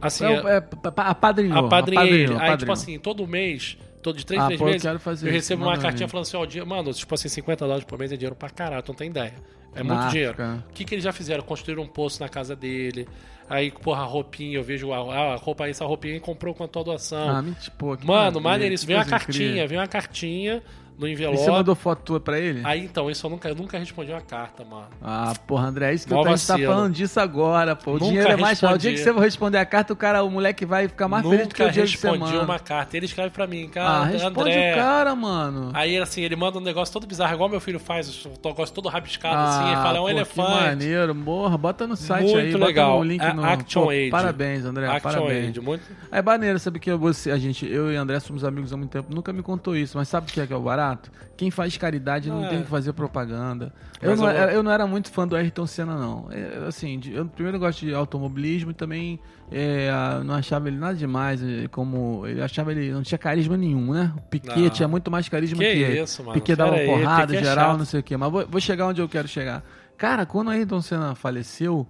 Assim, É, o- é, pa- pa- apadrinhou. apadrinhei ele. apadrinhou, Aí, tipo apadrinhou. assim, todo mês, todo de três, Ah, três pô, eu meses, quero fazer isso, recebo manda uma cartinha aí. falando assim, ó, dia- mano, tipo assim, 50 dólares por mês é dinheiro pra caralho, tu não tem ideia. É Na muito dinheiro. África. O que, que eles já fizeram? Construíram um poço na casa dele. Aí, porra, roupinha, eu vejo a, a roupa, essa roupinha ele comprou com a tua doação. Ah, mentira, pô, que mano, maravilha, maneiro isso. que Vem uma coisa cartinha, incrível. vem uma cartinha no E você envelope. mandou foto tua pra ele? Aí então, isso eu nunca, eu nunca respondi uma carta, mano. Ah, porra, André, é isso que Mó eu tô, a gente tá vacilo. falando disso agora, pô. O Nunca dinheiro é mais caro. O dia que respondi. você for responder a carta, o cara, o moleque vai ficar Tá mais feliz do que nunca o dia de respondi semana. uma carta. Ele escreve pra mim, Ah, cara, responde André. o cara, mano. Aí, assim, ele manda um negócio todo bizarro, igual meu filho faz, o negócio todo rabiscado, Ah, assim, ele fala, é um pô, Que elefante. maneiro, morra. Bota no site Muito aí, legal. bota no link É no... Action Pô, Aid. Parabéns, André, Action né? parabéns. Aid, muito... É maneiro, sabe que eu- você, a gente, eu e André somos amigos há muito tempo, nunca me contou isso, mas sabe o que é, que é o barato? Quem faz caridade não É. tem que fazer propaganda. Eu Mas não, eu- era, eu não era muito fã do Ayrton Senna, não. É, assim, de- eu primeiro gosto de automobilismo e também é, não achava ele nada demais, é, como. Eu achava ele. não tinha carisma nenhum, né? O Piquet Não. tinha muito mais carisma que, Que ele. isso, mano. Piquet dava Pera aí, porrada, Piquet é geral, chato. não sei o quê. Mas vou, vou chegar onde eu quero chegar. Cara, quando o Ayrton Senna faleceu,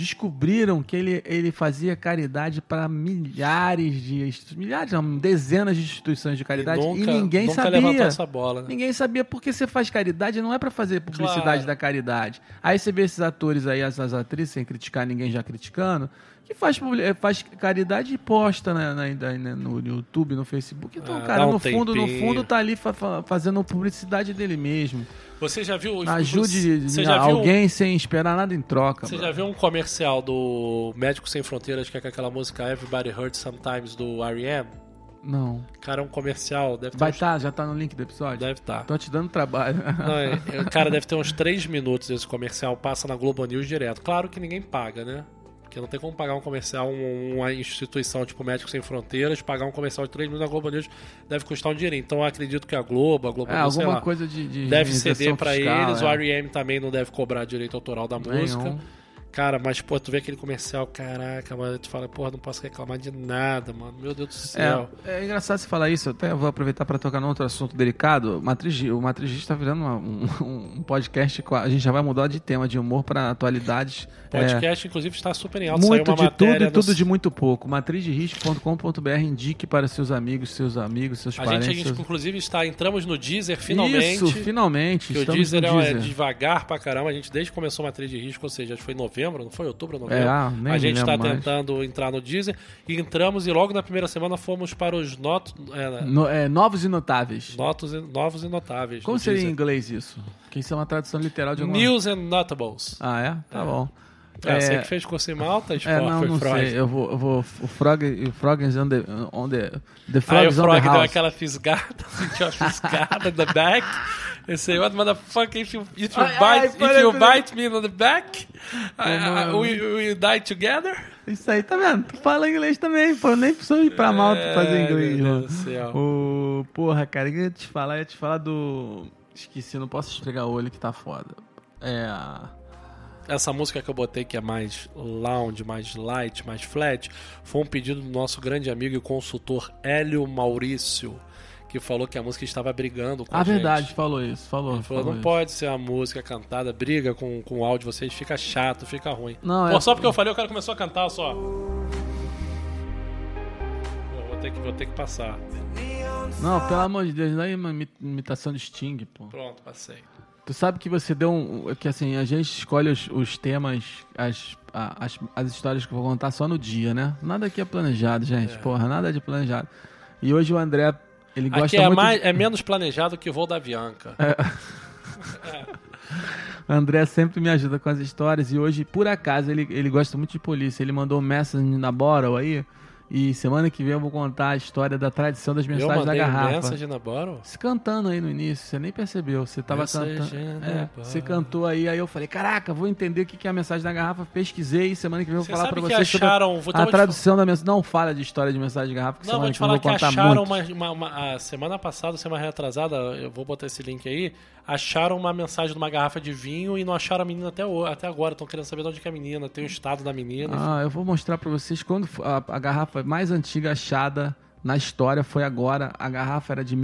descobriram que ele, ele fazia caridade para milhares de instituições, milhares, não, dezenas de instituições de caridade e, nunca, ninguém nunca levantou sabia. essa bola, né? Ninguém sabia porque você faz caridade não é pra fazer publicidade Claro. da caridade. Aí você vê esses atores aí, essas atrizes, sem criticar ninguém já criticando, que que faz, publi- eh, faz caridade e posta na, na- na- no YouTube, no Facebook. Então, Ah, o dá cara, um no fundo, no tempinho. fundo, tá ali fa- fa- fazendo publicidade dele mesmo. Você já viu. Ajude você já viu- alguém sem esperar nada em troca. Você brother. já viu um comercial do Médicos Sem Fronteiras que é com aquela música Everybody Hurts Sometimes do R.E.M.? Não. Cara, é um comercial, deve ter Vai uns- estar, já tá no link do episódio? Deve tá. estar. Tô te dando trabalho. é, cara, deve ter uns 3 minutos esse comercial, passa na Globo News direto. Claro que ninguém paga, né? Porque não tem como pagar um comercial, um- uma instituição tipo Médicos Sem Fronteiras, pagar um comercial de 3 minutos na Globo News deve custar um dinheirinho. Então eu acredito que a Globo, a Globo (laughs) É, News, sei alguma lá, coisa de, de deve indenização ceder pra fiscal, eles. é. O R.E.M. também não deve cobrar direito autoral da Nenhum. música. Cara, mas, pô, tu vê aquele comercial, caraca, mano, tu fala, porra, não posso reclamar de nada, mano. Meu Deus do céu. É, é engraçado você falar isso, eu até vou aproveitar para tocar num outro assunto delicado. Matriz, o Matriz está virando uma- um, (laughs) um podcast. com a, a gente já vai mudar de tema de humor para atualidades. É, Podcast, inclusive, está super em alta. muito Saiu uma de tudo matéria. e no- tudo de muito pouco. Matrizderisco.com.br indique para seus amigos, seus amigos, seus A parentes. gente, a gente, seus- inclusive, está, entramos no Deezer finalmente. Isso, finalmente. Que o estamos Deezer, no é uma- é Deezer. devagar pra caramba. A gente desde que começou a matriz de risco, ou seja, acho que foi em novembro, não foi outubro, novembro. É, ah, nem a gente lembro está mais. tentando entrar no Deezer e entramos e logo na primeira semana fomos para os not, é, No- é, novos e notáveis. notos e- novos e notáveis. Como no seria em Deezer. inglês isso? Que isso é uma tradução literal de alguma News and Notables. Ah, é? Tá bom. É, sei que fez curso em Malta, É, Sport, não, Tipo, foi não Freud. sei. Eu vou, eu vou o Frog, o Frog is on the, on the, the Frog Aí o is on the Frog deu house. aquela fisgada, (laughs) sentiu a fisgada in the back. Esse aí, what motherfucker, if you, if you, Ai, bite, ai, if parei, you parei. bite me in the back, I- I- we, we die together. Isso aí, tá vendo? Tu fala inglês também, pô. Nem precisou ir pra Malta fazer Ai, inglês, É, meu mano. Deus do céu. Ô, porra, cara, eu ia te falar, eu ia te falar do... Esqueci, não posso esfregar o olho que tá foda. É... Essa música que eu botei, que é mais lounge, mais light, mais flat, foi um pedido do nosso grande amigo e consultor Hélio Maurício, que falou que a música estava brigando com Ah, a gente. verdade, falou isso, falou. Ele falou, não isso. pode ser a música cantada, briga com, com o áudio de vocês, fica chato, fica ruim. Não, Pô, é- só porque eu falei, o cara começou a cantar só. Eu vou ter que, vou ter que passar. Não, pelo amor de Deus, não é uma imi- imitação de Sting, pô. Pronto, passei. Tu sabe que você deu um. Que assim, a gente escolhe os, os temas, as, a- as, as histórias que eu vou contar só no dia, né? Nada aqui é planejado, gente. Porra, nada de planejado. E hoje o André, ele Aqui gosta é, muito. mais, é menos planejado que o voo da Avianca. O André sempre me ajuda com as histórias. E hoje, por acaso, ele, ele gosta muito de polícia. Ele mandou um message na Borel aí. E semana que vem eu vou contar a história da tradição das eu mensagens da mandei um garrafa. mensagem na Boro. Se cantando aí no início, você nem percebeu. Você tava Mensagem cantando. da É, Bárbara. você cantou aí, aí eu falei, caraca, vou entender o que que é a mensagem da garrafa. Pesquisei, semana que vem eu vou Você falar sabe pra que vocês sobre acharam- vou- então a vou te tradução da mensagem. Não fala de história de mensagem de garrafa, que Não, semana vou te que vem falar eu que vou contar acharam muito. uma, uma- uma- a semana passada, semana retrasada, eu vou botar esse link aí, acharam uma mensagem de uma garrafa de vinho e não acharam a menina até, o- até agora. Estão querendo saber de onde que é a menina, tem o estado da menina. enfim. Ah, eu vou mostrar pra vocês quando fo- a, a garrafa mais antiga achada na história foi agora. A garrafa era de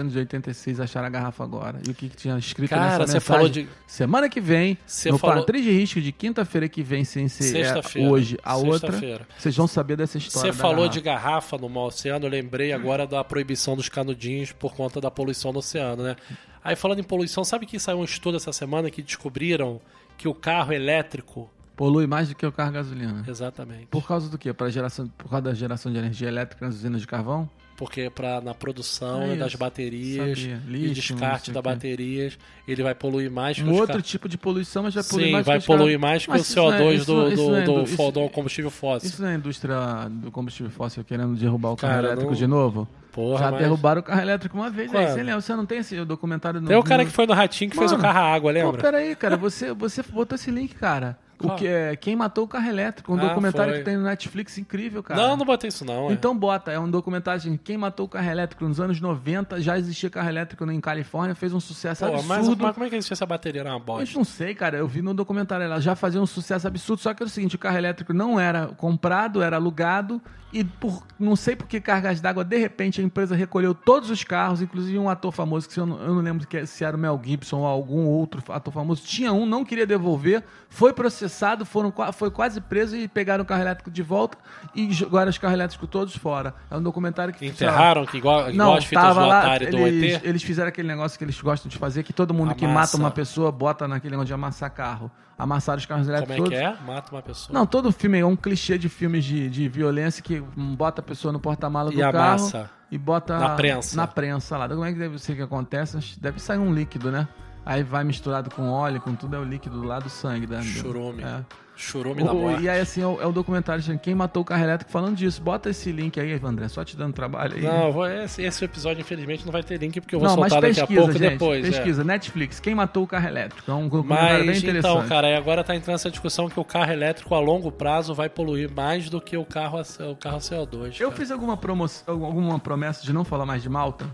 1886, acharam a garrafa agora. E o que, que tinha escrito Cara, nessa você mensagem? falou de- Semana que vem, Você no falou- Paratriz de Risco de quinta-feira que vem, sem ser é, Sexta-feira. hoje, a outra, Sexta-feira. vocês vão saber dessa história. Você da falou garrafa. de garrafa no mar oceano, eu lembrei agora da proibição dos canudinhos por conta da poluição no oceano, né? Aí falando em poluição, sabe que saiu um estudo essa semana que descobriram que o carro elétrico. Polui mais do que o carro a gasolina. Exatamente. Por causa do quê? Pra geração, por causa da geração de energia elétrica nas usinas de carvão? Porque é pra, na produção É né, das isso. baterias Sabia. e Lixo, não descarte sei da o quê. bateria, ele vai poluir mais que Um os outro ca- tipo de poluição, mas vai poluir Sim, mais vai que os carros. poluir mais que o Mas isso não é- CO2 isso não- do, isso não do, é do, indu- isso- fo- do combustível fóssil. Isso não é a indústria do combustível fóssil querendo derrubar o carro Cara, elétrico não- de novo? Porra, Já mas- derrubaram o carro elétrico uma vez, aí. Quando? Você lembra? Você não tem esse documentário no. Tem o cara no- que foi no Ratinho que fez o Mano, carro à água, Pô, lembra? peraí, cara, você, você botou esse link, cara. O Qual? que é Quem Matou o Carro Elétrico, um Ah, documentário foi. que tem no Netflix incrível, cara. Não, não botei isso não. é. Então bota, é um documentário de quem matou o carro elétrico nos anos 90, já existia carro elétrico em Califórnia, fez um sucesso Pô, mas, absurdo. mas como é que existia essa bateria? Era uma Eu bosta. não sei, cara, eu vi no documentário, ela já fazia um sucesso absurdo, só que era o seguinte, o carro elétrico não era comprado, era alugado, e por não sei por que cargas d'água, de repente a empresa recolheu todos os carros, inclusive um ator famoso, que é, se eu não, eu não lembro que- se era o Mel Gibson ou algum outro ator famoso, tinha um, não queria devolver, foi processado, foram, qua- foi quase preso e pegaram o carro elétrico de volta e jogaram os carros elétricos todos fora. É um documentário que... Enterraram, que igual, igual Não, as fitas do tava lá, Atari do eles, ET. eles fizeram aquele negócio que eles gostam de fazer, que todo mundo que Amassa. mata uma pessoa bota naquele negócio de amassar carro. Amassaram os carros Como elétricos é todos. que é? Mata uma pessoa. Não, todo filme é um clichê de filmes de, de violência que hum, bota a pessoa no porta-mala do E carro amassa. e bota Na prensa. na prensa lá. Como é que deve ser que acontece? Deve sair um líquido, né? Aí vai misturado com óleo, com tudo, é o líquido lá do sangue. Da... Churume. É. Churume da O- morte. e aí, assim, é o, é o documentário, gente, quem matou o carro elétrico falando disso. Bota esse link aí, André, só te dando trabalho aí. Não, eu vou- esse, esse episódio, infelizmente, não vai ter link, porque eu vou Não, mas soltar daqui pesquisa, a pouco gente. depois. é. pesquisa, Netflix, quem matou o carro elétrico? É um documentário bem Mas, interessante. então, cara, e agora tá entrando essa discussão que o carro elétrico a longo prazo vai poluir mais do que o carro, a CO- o carro CO2. Eu cara. fiz alguma, promoção, alguma promessa de não falar mais de malta?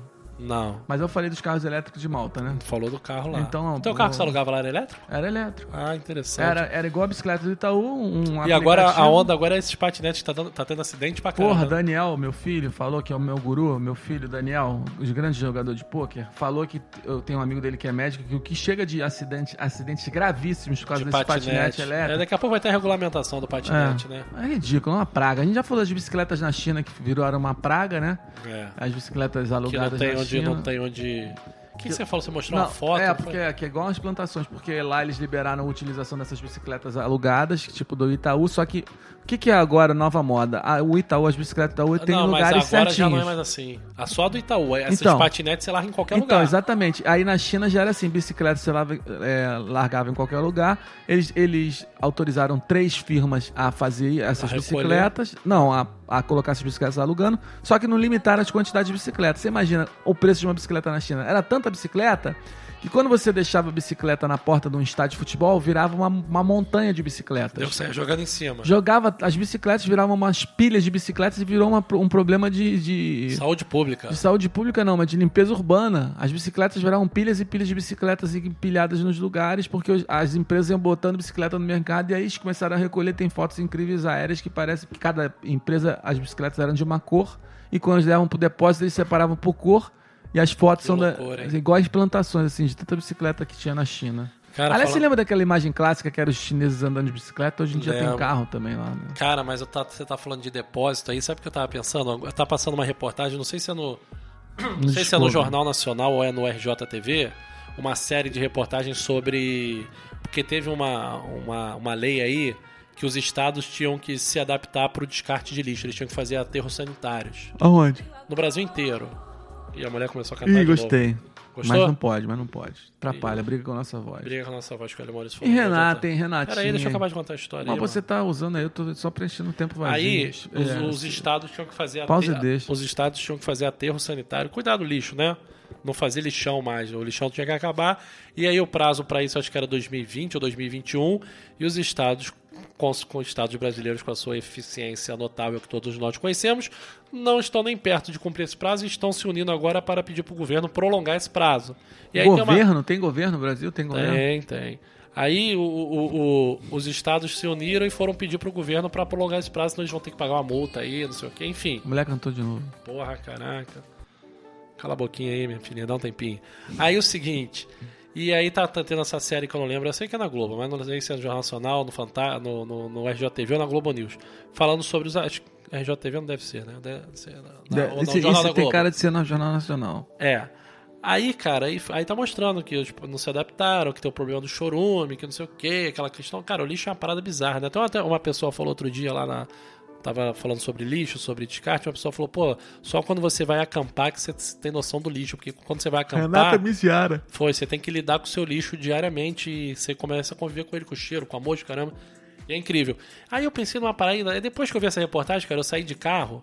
Não. Mas eu falei dos carros elétricos de Malta, né? Tu Falou do carro lá. Então, não, Teu carro eu- que você alugava lá era elétrico? Era elétrico. Ah, interessante. Era, era igual a bicicleta do Itaú, um E agora a aplicativo. onda agora é esses patinetes que tá, dando- tá tendo acidente pra caramba. Porra, Daniel, meu filho, falou que é o meu guru, meu filho Daniel, os grandes jogador de pôquer, falou que eu tenho um amigo dele que é médico, que o que chega de acidente, acidentes gravíssimos por causa de desse patinete, patinete. É, elétrico. daqui a pouco vai ter a regulamentação do patinete, né? É ridículo, é uma praga. A gente já falou das bicicletas na China que viraram uma praga, né? É. As bicicletas Que não alugadas tem na onde. China. Não tem onde... O que, que você falou? Você mostrou uma foto? né? É, não foi? porque aqui é igual as plantações, porque lá eles liberaram a utilização dessas bicicletas alugadas, tipo do Itaú, só que o que, que é agora a nova moda? Ah, o Itaú, as bicicletas do Itaú tem não, lugares mas agora já certinhos. não é mais assim. A só do Itaú. Essas Então. patinetes você larga em qualquer então, lugar. exatamente. Aí na China já era assim, bicicleta você lava- é, largava em qualquer lugar. Eles, eles autorizaram três firmas a fazer essas A recolher. bicicletas. Não, a, a colocar essas bicicletas alugando. Só que não limitaram as quantidades de bicicletas. Você imagina o preço de uma bicicleta na China. Era tanta bicicleta que quando você deixava a bicicleta na porta de um estádio de futebol, virava uma, uma montanha de bicicletas. Eu saio jogando em cima. Jogava, as bicicletas viravam umas pilhas de bicicletas e virou uma- um problema de- de Saúde pública. de saúde pública não, mas de limpeza urbana. As bicicletas viraram pilhas e pilhas de bicicletas empilhadas nos lugares, porque os- as empresas iam botando bicicleta no mercado e aí eles começaram a recolher. Tem fotos incríveis aéreas que parece que cada empresa, as bicicletas eram de uma cor, e quando eles levavam pro depósito, eles separavam por cor. E as fotos Que são da- loucura, hein? igual as plantações, assim, de tanta bicicleta que tinha na China. Cara, Aliás, você fala- lembra daquela imagem clássica que era os chineses andando de bicicleta? Hoje em dia Lembro. tem carro também lá, né? Cara, mas eu tá- você tá falando de depósito aí, sabe o que eu tava pensando? Tá passando uma reportagem, não sei se é no. Não sei se é no Discovery. Jornal Nacional ou é no RJTV, uma série de reportagens sobre. Porque teve uma, uma, uma lei aí que os estados tinham que se adaptar pro descarte de lixo, eles tinham que fazer aterros sanitários. Aonde? No Brasil inteiro. E a mulher começou a cantar. Ih, de novo. gostei. Gostou? Mas não pode, mas não pode. Atrapalha, briga com a nossa voz. Briga com a nossa voz que o Hélio Maurício E falou. Renata, hein, Renatinha. Peraí, deixa eu acabar de contar a história. Mas aí, você tá usando aí, eu tô só preenchendo o tempo vazio. Aí, os, É. os estados tinham que fazer Pausa e deixa. Os estados tinham que fazer aterro sanitário. Cuidado do lixo, né? Não fazer lixão mais. O lixão tinha que acabar. E aí o prazo para isso acho que era 2020 ou 2021. E os estados, com, com os estados brasileiros, com a sua eficiência notável que todos nós conhecemos, não estão nem perto de cumprir esse prazo e estão se unindo agora para pedir para o governo prolongar esse prazo. E aí tem uma- governo? Tem governo no Brasil? Tem governo? tem, tem. Aí o- o- o- os estados se uniram e foram pedir pro governo pra prolongar esse prazo, senão eles vão ter que pagar uma multa aí, não sei o quê, enfim. A mulher cantou de novo. Porra, caraca. Cala a boquinha aí, minha filhinha, dá um tempinho. Aí o seguinte, e aí tá, tá tendo essa série que eu não lembro, eu sei que é na Globo, mas não sei se é no Jornal Nacional, no, Fanta, no, no, no RJTV ou na Globo News, falando sobre os... Acho, que RJTV não deve ser, né? Deve ser na, na, De- ou É, esse no um Jornal da esse tem Globo. cara de ser no Jornal Nacional. É. Aí, cara, aí, aí tá mostrando que tipo, não se adaptaram, que tem o problema do chorume, que não sei o que, aquela questão. Cara, o lixo é uma parada bizarra, né? Então, até uma pessoa falou outro dia lá na. Tava falando sobre lixo, sobre descarte, uma pessoa falou, pô, só quando você vai acampar que você tem noção do lixo, porque quando você vai acampar. Miziara. Foi, você tem que lidar com o seu lixo diariamente e você começa a conviver com ele, com o cheiro, com a amor de caramba. E é incrível. Aí eu pensei numa parada, aí depois que eu vi essa reportagem, cara, eu saí de carro,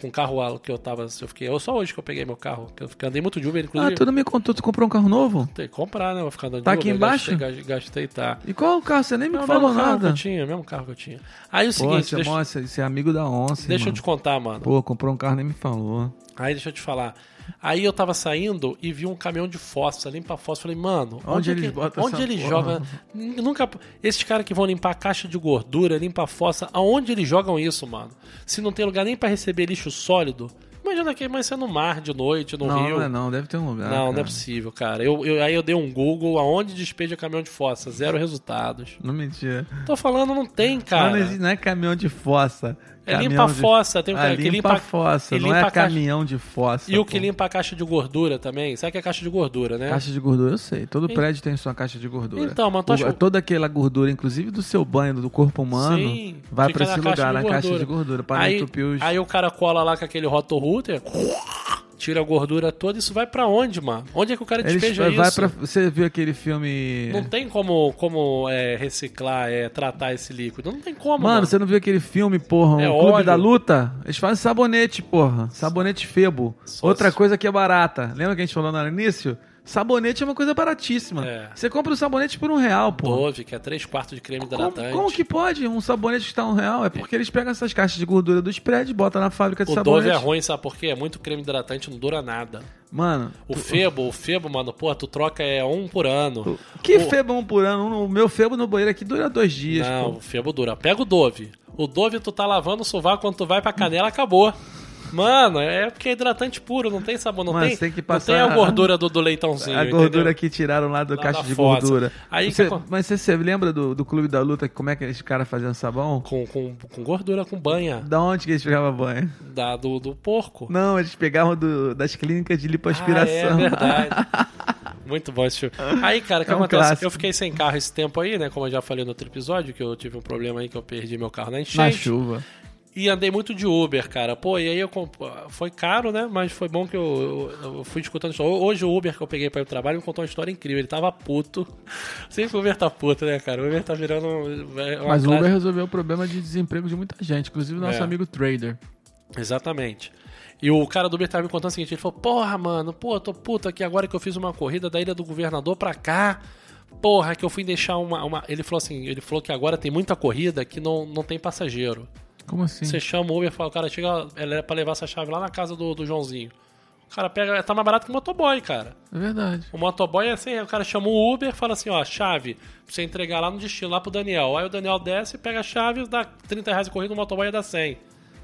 com o carro al- que eu tava, eu fiquei, eu só hoje que eu peguei meu carro, que eu fiquei, andei muito de Uber, Ah, inclusive. tu não me contou, tu comprou um carro novo? Tem que comprar, né? Vou ficar andando Tá de aqui Uber, embaixo? Gastei, gastei, tá. E qual o carro? Você nem me Não, falou mesmo carro que nada. eu tinha, mesmo carro que eu tinha. Aí o Pô, seguinte, você, deixa, mostra, você é amigo da onça, deixa eu mano. te contar, mano. Pô, comprou um carro nem me falou. Aí deixa eu te falar. Aí eu tava saindo e vi um caminhão de fósforo, limpa fósforo. Falei, mano, onde, é eles que- botam onde essa eles porra? jogam? N- Nunca. Esses caras que vão limpar caixa de gordura, limpar fossa, aonde eles jogam isso, mano? Se não tem lugar nem pra receber lixo sólido. Mas imagina que mas você é no mar de noite, no não, rio. não é não, deve ter um lugar. Não, não é cara. possível, cara. Eu, eu- aí eu dei um Google aonde despeja caminhão de fossa, zero resultados. Não mentira. Tô falando, não tem, Não, cara. não existe- não é caminhão de fossa. É Caminhão limpa a de- fossa, tem um Ah, cara que limpa a limpa. fossa, que não limpa é a caixa- caminhão de fossa. E o que pô. limpa a caixa de gordura também. Sabe que é caixa de gordura, né? Caixa de gordura, eu sei. Todo prédio tem sua caixa de gordura. Então, mas tu O- acha- Toda aquela gordura, inclusive do seu banho, do corpo humano, Sim, vai fica pra na esse caixa lugar, de na caixa gordura. de gordura, para aí, entupir os... aí o cara cola lá com aquele rotor router, tira a gordura toda, isso vai pra onde, mano? Onde é que o cara Eles despeja vai- vai isso? pra- é. Você viu aquele filme... Não tem como, como é, reciclar, é, tratar esse líquido. Não tem como, Mano, mano. você não viu aquele filme, porra? É o Clube óleo. da Luta? Eles fazem sabonete, porra. Sabonete febo. Só Outra se- coisa que é barata. Lembra que a gente falou no início? Sabonete é uma coisa baratíssima. É. Você compra um sabonete por um real, pô. Dove, que é 3 quartos de creme Como, hidratante. como que pode um sabonete custar um real? É porque eles pegam essas caixas de gordura dos prédios, botam na fábrica de O sabonete. Dove é ruim, sabe por quê? É muito creme hidratante, não dura nada. Mano, O Febo, o Febo, mano, pô, tu troca é um por ano. que o- febo um por ano? Um- O meu febo no banheiro aqui dura dois dias, Não, pô. o Febo dura. Pega o Dove. O Dove tu tá lavando o sovaco, quando tu vai pra canela, acabou. Mano, é porque é hidratante puro, não tem sabor, não Mas tem. tem que não passar tem a gordura do, do leitãozinho. A gordura entendeu? que tiraram lá do Lá caixa da de fossa. gordura. Aí Você- que é acon- Mas você, você lembra do, do Clube da Luta, que como é que eles caras faziam sabão? Com, com, com gordura, com banha Da onde que eles pegavam banho? da, do, do porco. Não, eles pegavam do- das clínicas de Ah, é lipoaspiração. verdade. Muito bom esse filme. Aí, cara, o que É um acontece? clássico. Eu fiquei sem carro esse tempo aí, né? Como eu já falei no outro episódio, que eu tive um problema aí que eu perdi meu carro na (laughs) Na enchente. chuva. E andei muito de Uber, cara. Pô, e aí eu comp... foi caro, né? Mas foi bom que eu, eu- eu fui escutando história. Hoje o Uber que eu peguei pra ir pro trabalho me contou uma história incrível. Ele tava puto. (laughs) Sempre o Uber tá puto, né, cara? O Uber tá virando. um- é uma Mas o classe- Uber resolveu o problema de desemprego de muita gente, inclusive nosso É. amigo trader. Exatamente. E o cara do Uber tava me contando o seguinte, ele falou, porra, mano, pô, eu tô puto aqui agora que eu fiz uma corrida da Ilha do Governador pra cá. Porra, que eu fui deixar uma, uma- Ele falou assim, ele falou que agora tem muita corrida que não, não tem passageiro. Como assim? Você chama o Uber e fala, o cara chega, ela é pra levar essa chave lá na casa do, do Joãozinho. O cara pega, tá mais barato que o motoboy, cara. É verdade. O motoboy é assim, o cara chama o Uber, fala assim, ó, chave, pra você entregar lá no destino, lá pro Daniel. Aí o Daniel desce, pega a chave, dá 30 reais de corrida, o motoboy dá 100.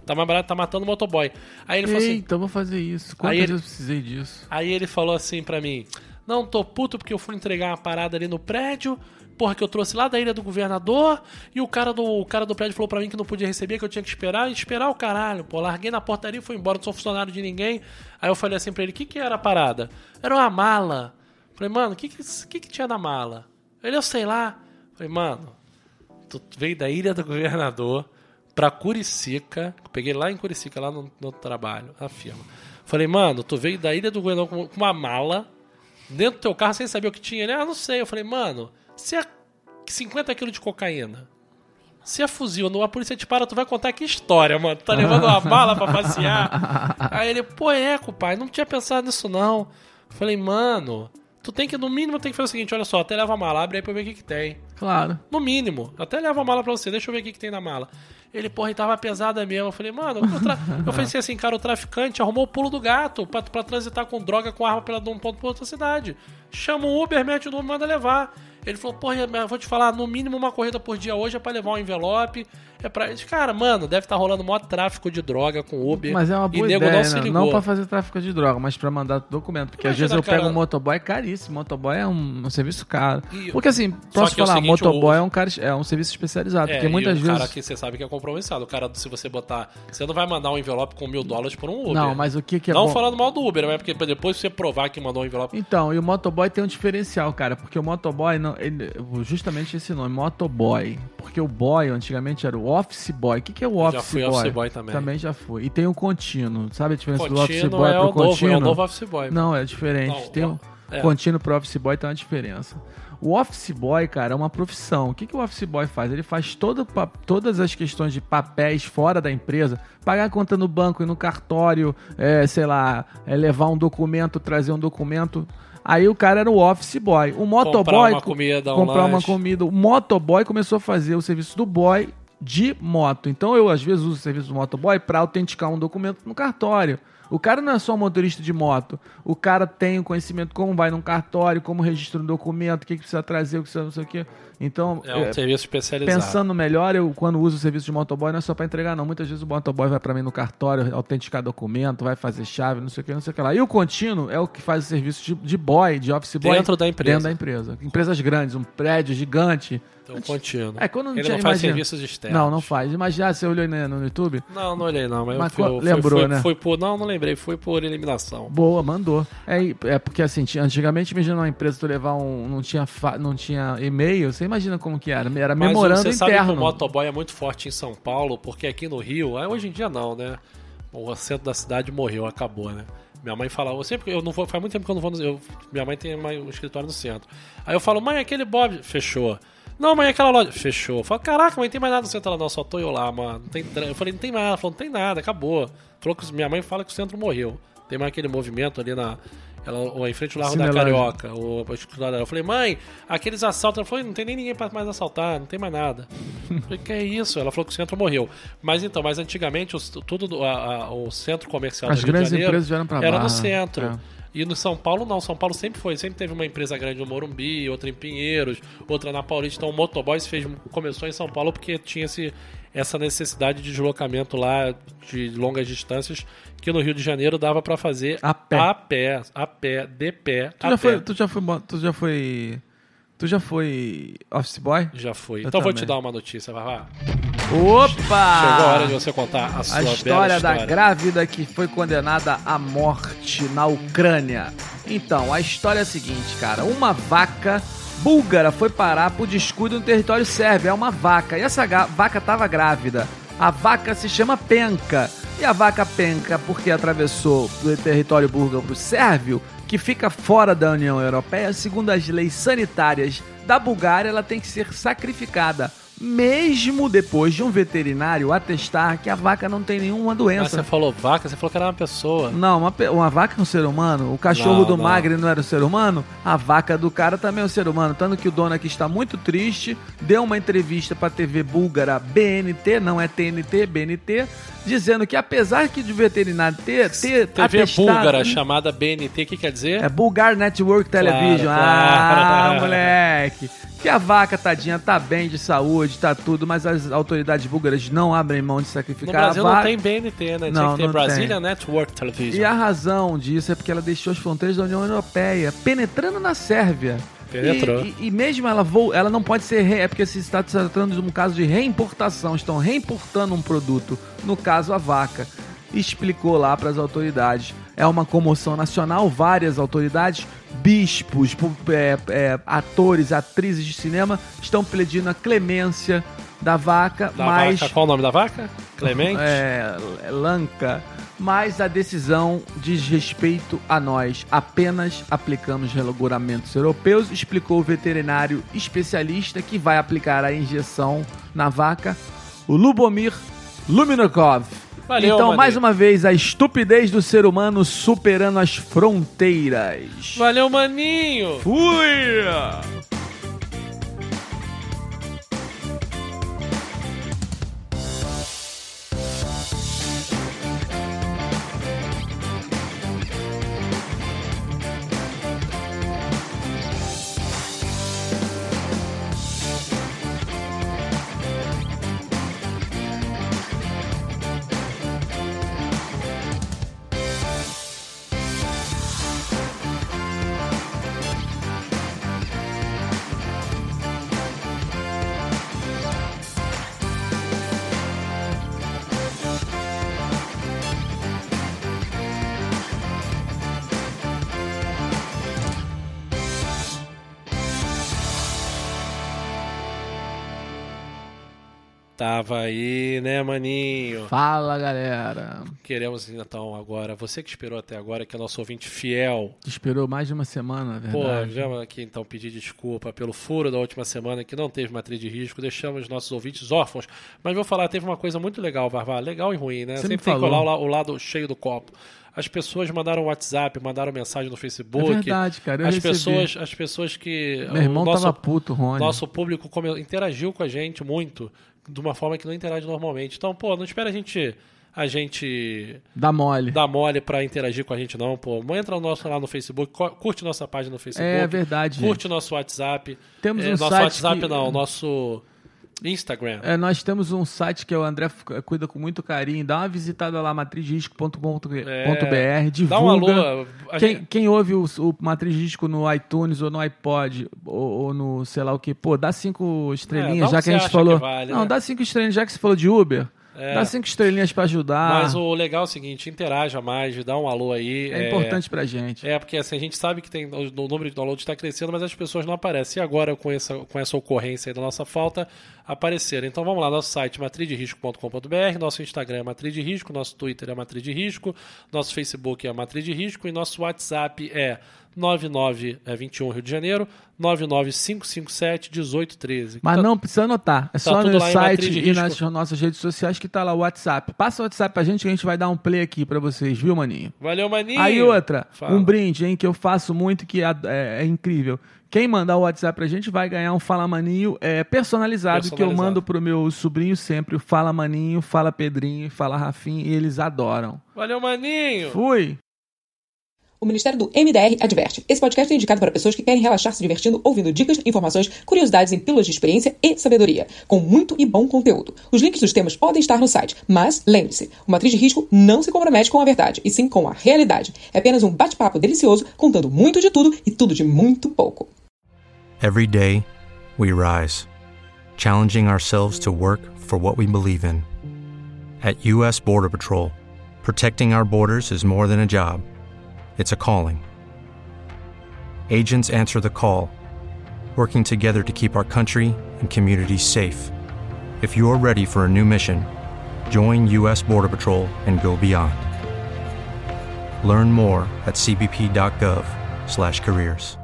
Tá mais barato, tá matando o motoboy. Aí ele falou assim, Eita, eu vou fazer isso. Aí Quantas vezes ele- eu precisei disso? aí ele falou assim pra mim, não, tô puto porque eu fui entregar uma parada ali no prédio, porra, que eu trouxe lá da ilha do governador, e o cara do, o cara do prédio falou pra mim que não podia receber, que eu tinha que esperar, e esperar o caralho, pô, larguei na portaria e fui embora, não sou funcionário de ninguém. Aí eu falei assim pra ele, o que que era a parada? Era uma mala. Falei, mano, o que que, que que tinha na mala? Ele, eu sei lá. Falei, mano, Tu veio da Ilha do Governador pra Curicica. Peguei lá em Curicica, lá no, no trabalho, na firma. Falei, mano, tu veio da Ilha do Governador com- com uma mala dentro do teu carro sem saber o que tinha. Ele, ah, não sei. Eu falei, mano, se é 50 quilos de cocaína. Se é fuzil, não, a polícia te para, tu vai contar que história, mano. Tu Tá levando uma bala pra passear. Aí ele, pô, é, pai, não tinha pensado nisso, não. Eu Falei, mano, tu tem que, no mínimo, tem que fazer o seguinte: olha só, até leva a mala, abre aí pra eu ver o que, que tem. Claro. No mínimo. Até leva a mala pra você, deixa eu ver o que, que tem na mala. Ele, porra, e tava pesada mesmo. Eu falei, mano, o tra- eu pensei assim, cara, o traficante arrumou o pulo do gato pra, pra transitar com droga, com arma pela de um ponto pra outra cidade. Chama o Uber, mete o nome, manda levar. Ele falou, porra, mas eu vou te falar, no mínimo uma corrida por dia hoje é pra levar um envelope. É pra. Eu disse, Cara, mano, deve estar rolando o maior tráfico de droga com Uber. Mas é uma boa e nego ideia, não se né? ligou. não, pra fazer tráfico de droga, mas pra mandar documento. Porque às Imagina, vezes eu cara- pego um motoboy caríssimo. Motoboy é um, um serviço caro. E- Porque assim, posso que é o falar, seguinte, motoboy o- é, um cara, é um serviço especializado. É, porque e muitas o vezes... cara que você sabe que é compromissado. O cara, se você botar. Você não vai mandar um envelope com mil dólares por um Uber. Não, mas o que que é não bom... falando mal do Uber, mas porque depois você provar que mandou um envelope. Então, e o motoboy tem um diferencial, cara, porque o motoboy não, ele- justamente esse nome, motoboy, porque o boy antigamente era o office boy. O que, que é o office já fui boy? office boy também. Também já foi. E tem o contínuo, sabe a diferença do office Contínuo boy é pro o novo, contínuo? é o novo office boy. Não, é diferente. Não, tem um é. contínuo pro office boy tem uma diferença. O office boy, cara, é uma profissão. O que, que o office boy faz? Ele faz todo, pa- todas as questões de papéis fora da empresa, pagar a conta no banco e no cartório, é, sei lá, é, levar um documento, trazer um documento. Aí o cara era o office boy. O motoboy. uma comida, um comprar uma lanche. comida. O motoboy começou a fazer o serviço do boy de moto. Então eu, às vezes, uso o serviço do motoboy para autenticar um documento no cartório. O cara não é só motorista de moto. O cara tem o conhecimento como vai num cartório, como registra um documento, o que, que precisa trazer, o que precisa não sei o quê. Então, É um é, serviço especializado. pensando melhor, eu quando uso o serviço de motoboy, não é só para entregar, não. Muitas vezes o motoboy vai para mim no cartório autenticar documento, vai fazer chave, não sei o que, não sei o que lá. E o contínuo é o que faz o serviço de, de boy, de office boy. Dentro da empresa. Dentro da empresa. Empresas grandes, um prédio gigante. Então, contínuo. É, quando não Ele tinha- não faz imagina. serviços externos. Não, não faz. Imagina, você olhou aí né, no no YouTube. Não, não olhei não, mas, Mas eu, qual- eu, lembrou, foi, né? Foi por, não, não lembrei, foi por eliminação. Boa, mandou. É, e- é porque assim, tinha- antigamente, imagina uma empresa tu levar um. Não tinha, fa- não tinha e-mail, você imagina como que era. Era Mas um, memorando você sabe que interno. o motoboy é muito forte em São Paulo, porque aqui no Rio, ah, hoje em dia não, né? O centro da cidade morreu, acabou, né? Minha mãe falava, eu sempre, eu não vou, faz muito tempo que eu não vou no, eu- minha mãe tem uma- um escritório no centro. Aí eu falo, mãe, aquele Bob, fechou. Não, mãe, aquela loja, fechou. Eu falo, caraca, mãe, tem mais nada no centro lá não, só tô eu lá, mano. Não tem, tra- eu falei, não tem mais, ela falou, não tem nada, acabou. Falou que, os- minha mãe fala que o centro morreu. Tem mais aquele movimento ali na, ela, em frente ao Largo da Cinelândia. Carioca. Carioca, o o escritório dela. Eu falei, mãe, aqueles assaltos. Ela falou, não tem nem ninguém pra mais assaltar, não tem mais nada. Eu falei, que é isso? Ela falou que o centro morreu. Mas então, mas antigamente, os- tudo do- a- a- o centro comercial As do Rio de grandes Janeiro empresas vieram pra Era Barra, no centro. é. E no São Paulo não, São Paulo sempre foi, sempre teve uma empresa grande no Morumbi, outra em Pinheiros, outra na Paulista, então o motoboy se fez, começou em São Paulo porque tinha esse, essa necessidade de deslocamento lá de longas distâncias que no Rio de Janeiro dava pra fazer A pé. a pé, a pé, de pé, Tu a já, pé. foi, tu já foi. mo- Tu já foi. Tu já foi office boy? Já foi. Eu então vou também. te dar uma notícia, Vavá. Opa! Chegou a hora de você contar a sua A bela história da história. grávida que foi condenada à morte na Ucrânia. Então, a história é a seguinte, cara. Uma vaca búlgara foi parar por descuido no território sérvio. É uma vaca. E essa ga- vaca tava grávida. A vaca se chama Penca. E a vaca Penca, porque atravessou do território búlgaro pro sérvio, que fica fora da União Europeia, segundo as leis sanitárias da Bulgária, ela tem que ser sacrificada mesmo depois de um veterinário atestar que a vaca não tem nenhuma Mas doença. você falou vaca, você falou que era uma pessoa. Não, uma, pe- uma vaca é um ser humano. O cachorro Não, do não. Magri não era um ser humano. A vaca do cara também é um ser humano. Tanto que o dono aqui está muito triste. Deu uma entrevista para TV búlgara BNT, não é TNT, BNT, dizendo que apesar que de veterinário ter, ter TV atestado- búlgara, chamada BNT, o que quer dizer? né? é Bulgar Network Claro, Television. Ah, claro. moleque. Que a vaca, tadinha, tá bem de saúde, tá tudo, mas as autoridades búlgaras não abrem mão de no sacrificar Brasil a vaca. não tem BNT, né? Não, Tinha que ter não Brasília Network Television. E a razão disso é porque ela deixou as fronteiras da União Europeia, penetrando na Sérvia. Penetrou. E, e- e mesmo ela vou, ela não pode ser re, é porque se está tratando de um caso de reimportação, estão reimportando um produto, no caso a vaca. Explicou lá para as autoridades. É uma comoção nacional, várias autoridades, bispos, pu- é, é, atores, atrizes de cinema estão pedindo a clemência da vaca, Da mas vaca, qual o nome da vaca? Clemente? é, Lanca, mas a decisão diz respeito a nós. Apenas aplicamos regulamentos europeus, explicou o veterinário especialista que vai aplicar a injeção na vaca, o Lubomir Luminokov. Valeu, então, Maneiro. mais uma vez, a estupidez do ser humano superando as fronteiras. Valeu, maninho! Fui! Tava aí, né, maninho? Fala, galera. Queremos, então, agora, você que esperou até agora, que é nosso ouvinte fiel, Te esperou mais de uma semana, na Pô, verdade. vamos aqui então pedir desculpa pelo furo da última semana que não teve matriz de risco, deixamos nossos ouvintes órfãos. Mas vou falar, teve uma coisa muito legal, Varvá, legal e ruim, né? Você me Sempre tem que falou. colar o la- o lado cheio do copo. As pessoas mandaram WhatsApp, mandaram mensagem no Facebook. É verdade, cara, eu as recebi. pessoas, as pessoas que Meu irmão o nosso, tava puto, Rony. nosso público come- interagiu com a gente muito. de uma forma que não interage normalmente. Então, pô, não espera a gente a gente Dá mole. dar mole pra interagir com a gente não, pô. Entra no nosso lá no Facebook, co- curte nossa página no Facebook. É verdade, gente. um Curte nosso WhatsApp. Temos É, um nosso site WhatsApp que- não, nosso Instagram. É, nós temos um site que o André f- é, cuida com muito carinho. Dá uma visitada lá, matrizrisco.com.br. divulga. É, Dá um alô. a Quem, gente- quem ouve o, o Matriz Disco no iTunes ou no iPod ou, ou no sei lá o que, pô, dá cinco É, dá estrelinhas, o já que que você a gente acha falou. que vale, não, né? dá cinco estrelinhas, já que você falou de Uber. É. Dá cinco estrelinhas pra ajudar. Mas o legal é o seguinte, interaja mais, dá um alô aí. é, importante pra gente. É, porque assim, a gente sabe que tem, o, o número de downloads está crescendo, mas as pessoas não aparecem. E agora, com essa, com essa ocorrência aí da nossa falta, apareceram. Então vamos lá, nosso site matrizderisco.com.br, nosso Instagram é Matriz de Risco, nosso Twitter é Matriz de Risco, nosso Facebook é Matriz de Risco e nosso WhatsApp é 9921 Rio de Janeiro, 99557 1813. Mas não precisa anotar. É só tá- tudo no lá em site Matriz de e Risco. nas nossas redes sociais que tá lá o WhatsApp. Passa o WhatsApp pra gente que a gente vai dar um play aqui pra vocês, viu, maninho? Valeu, maninho! Aí outra, Fala. um brinde, hein, que eu faço muito, que é, é- é incrível. Quem mandar o WhatsApp pra gente vai ganhar um Fala Maninho é, personalizado, que eu Personalizado. mando pro meu sobrinho sempre. o Fala Maninho, Fala Pedrinho, Fala Rafinha, e eles adoram. Valeu, maninho! Fui! O Ministério do MDR adverte. Esse podcast é indicado para pessoas que querem relaxar se divertindo ouvindo dicas, informações, curiosidades em pílulas de experiência e sabedoria, com muito e bom conteúdo. Os links dos temas podem estar no site, mas lembre-se, o Matriz de Risco não se compromete com a verdade, e sim com a realidade. É apenas um bate-papo delicioso contando muito de tudo e tudo de muito pouco. Every day, we rise, challenging ourselves to work for what we believe in. At U.S. Border Patrol, protecting our borders is more than a job, it's a calling. Agents answer the call, working together to keep our country and communities safe. If you are ready for a new mission, join U.S. Border Patrol and go beyond. Learn more at cbp.gov/careers.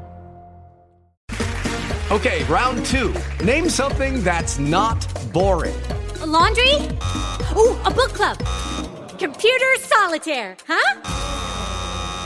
Okay, round two. Name something that's not boring. A laundry? Ooh, a book club. Computer solitaire, huh?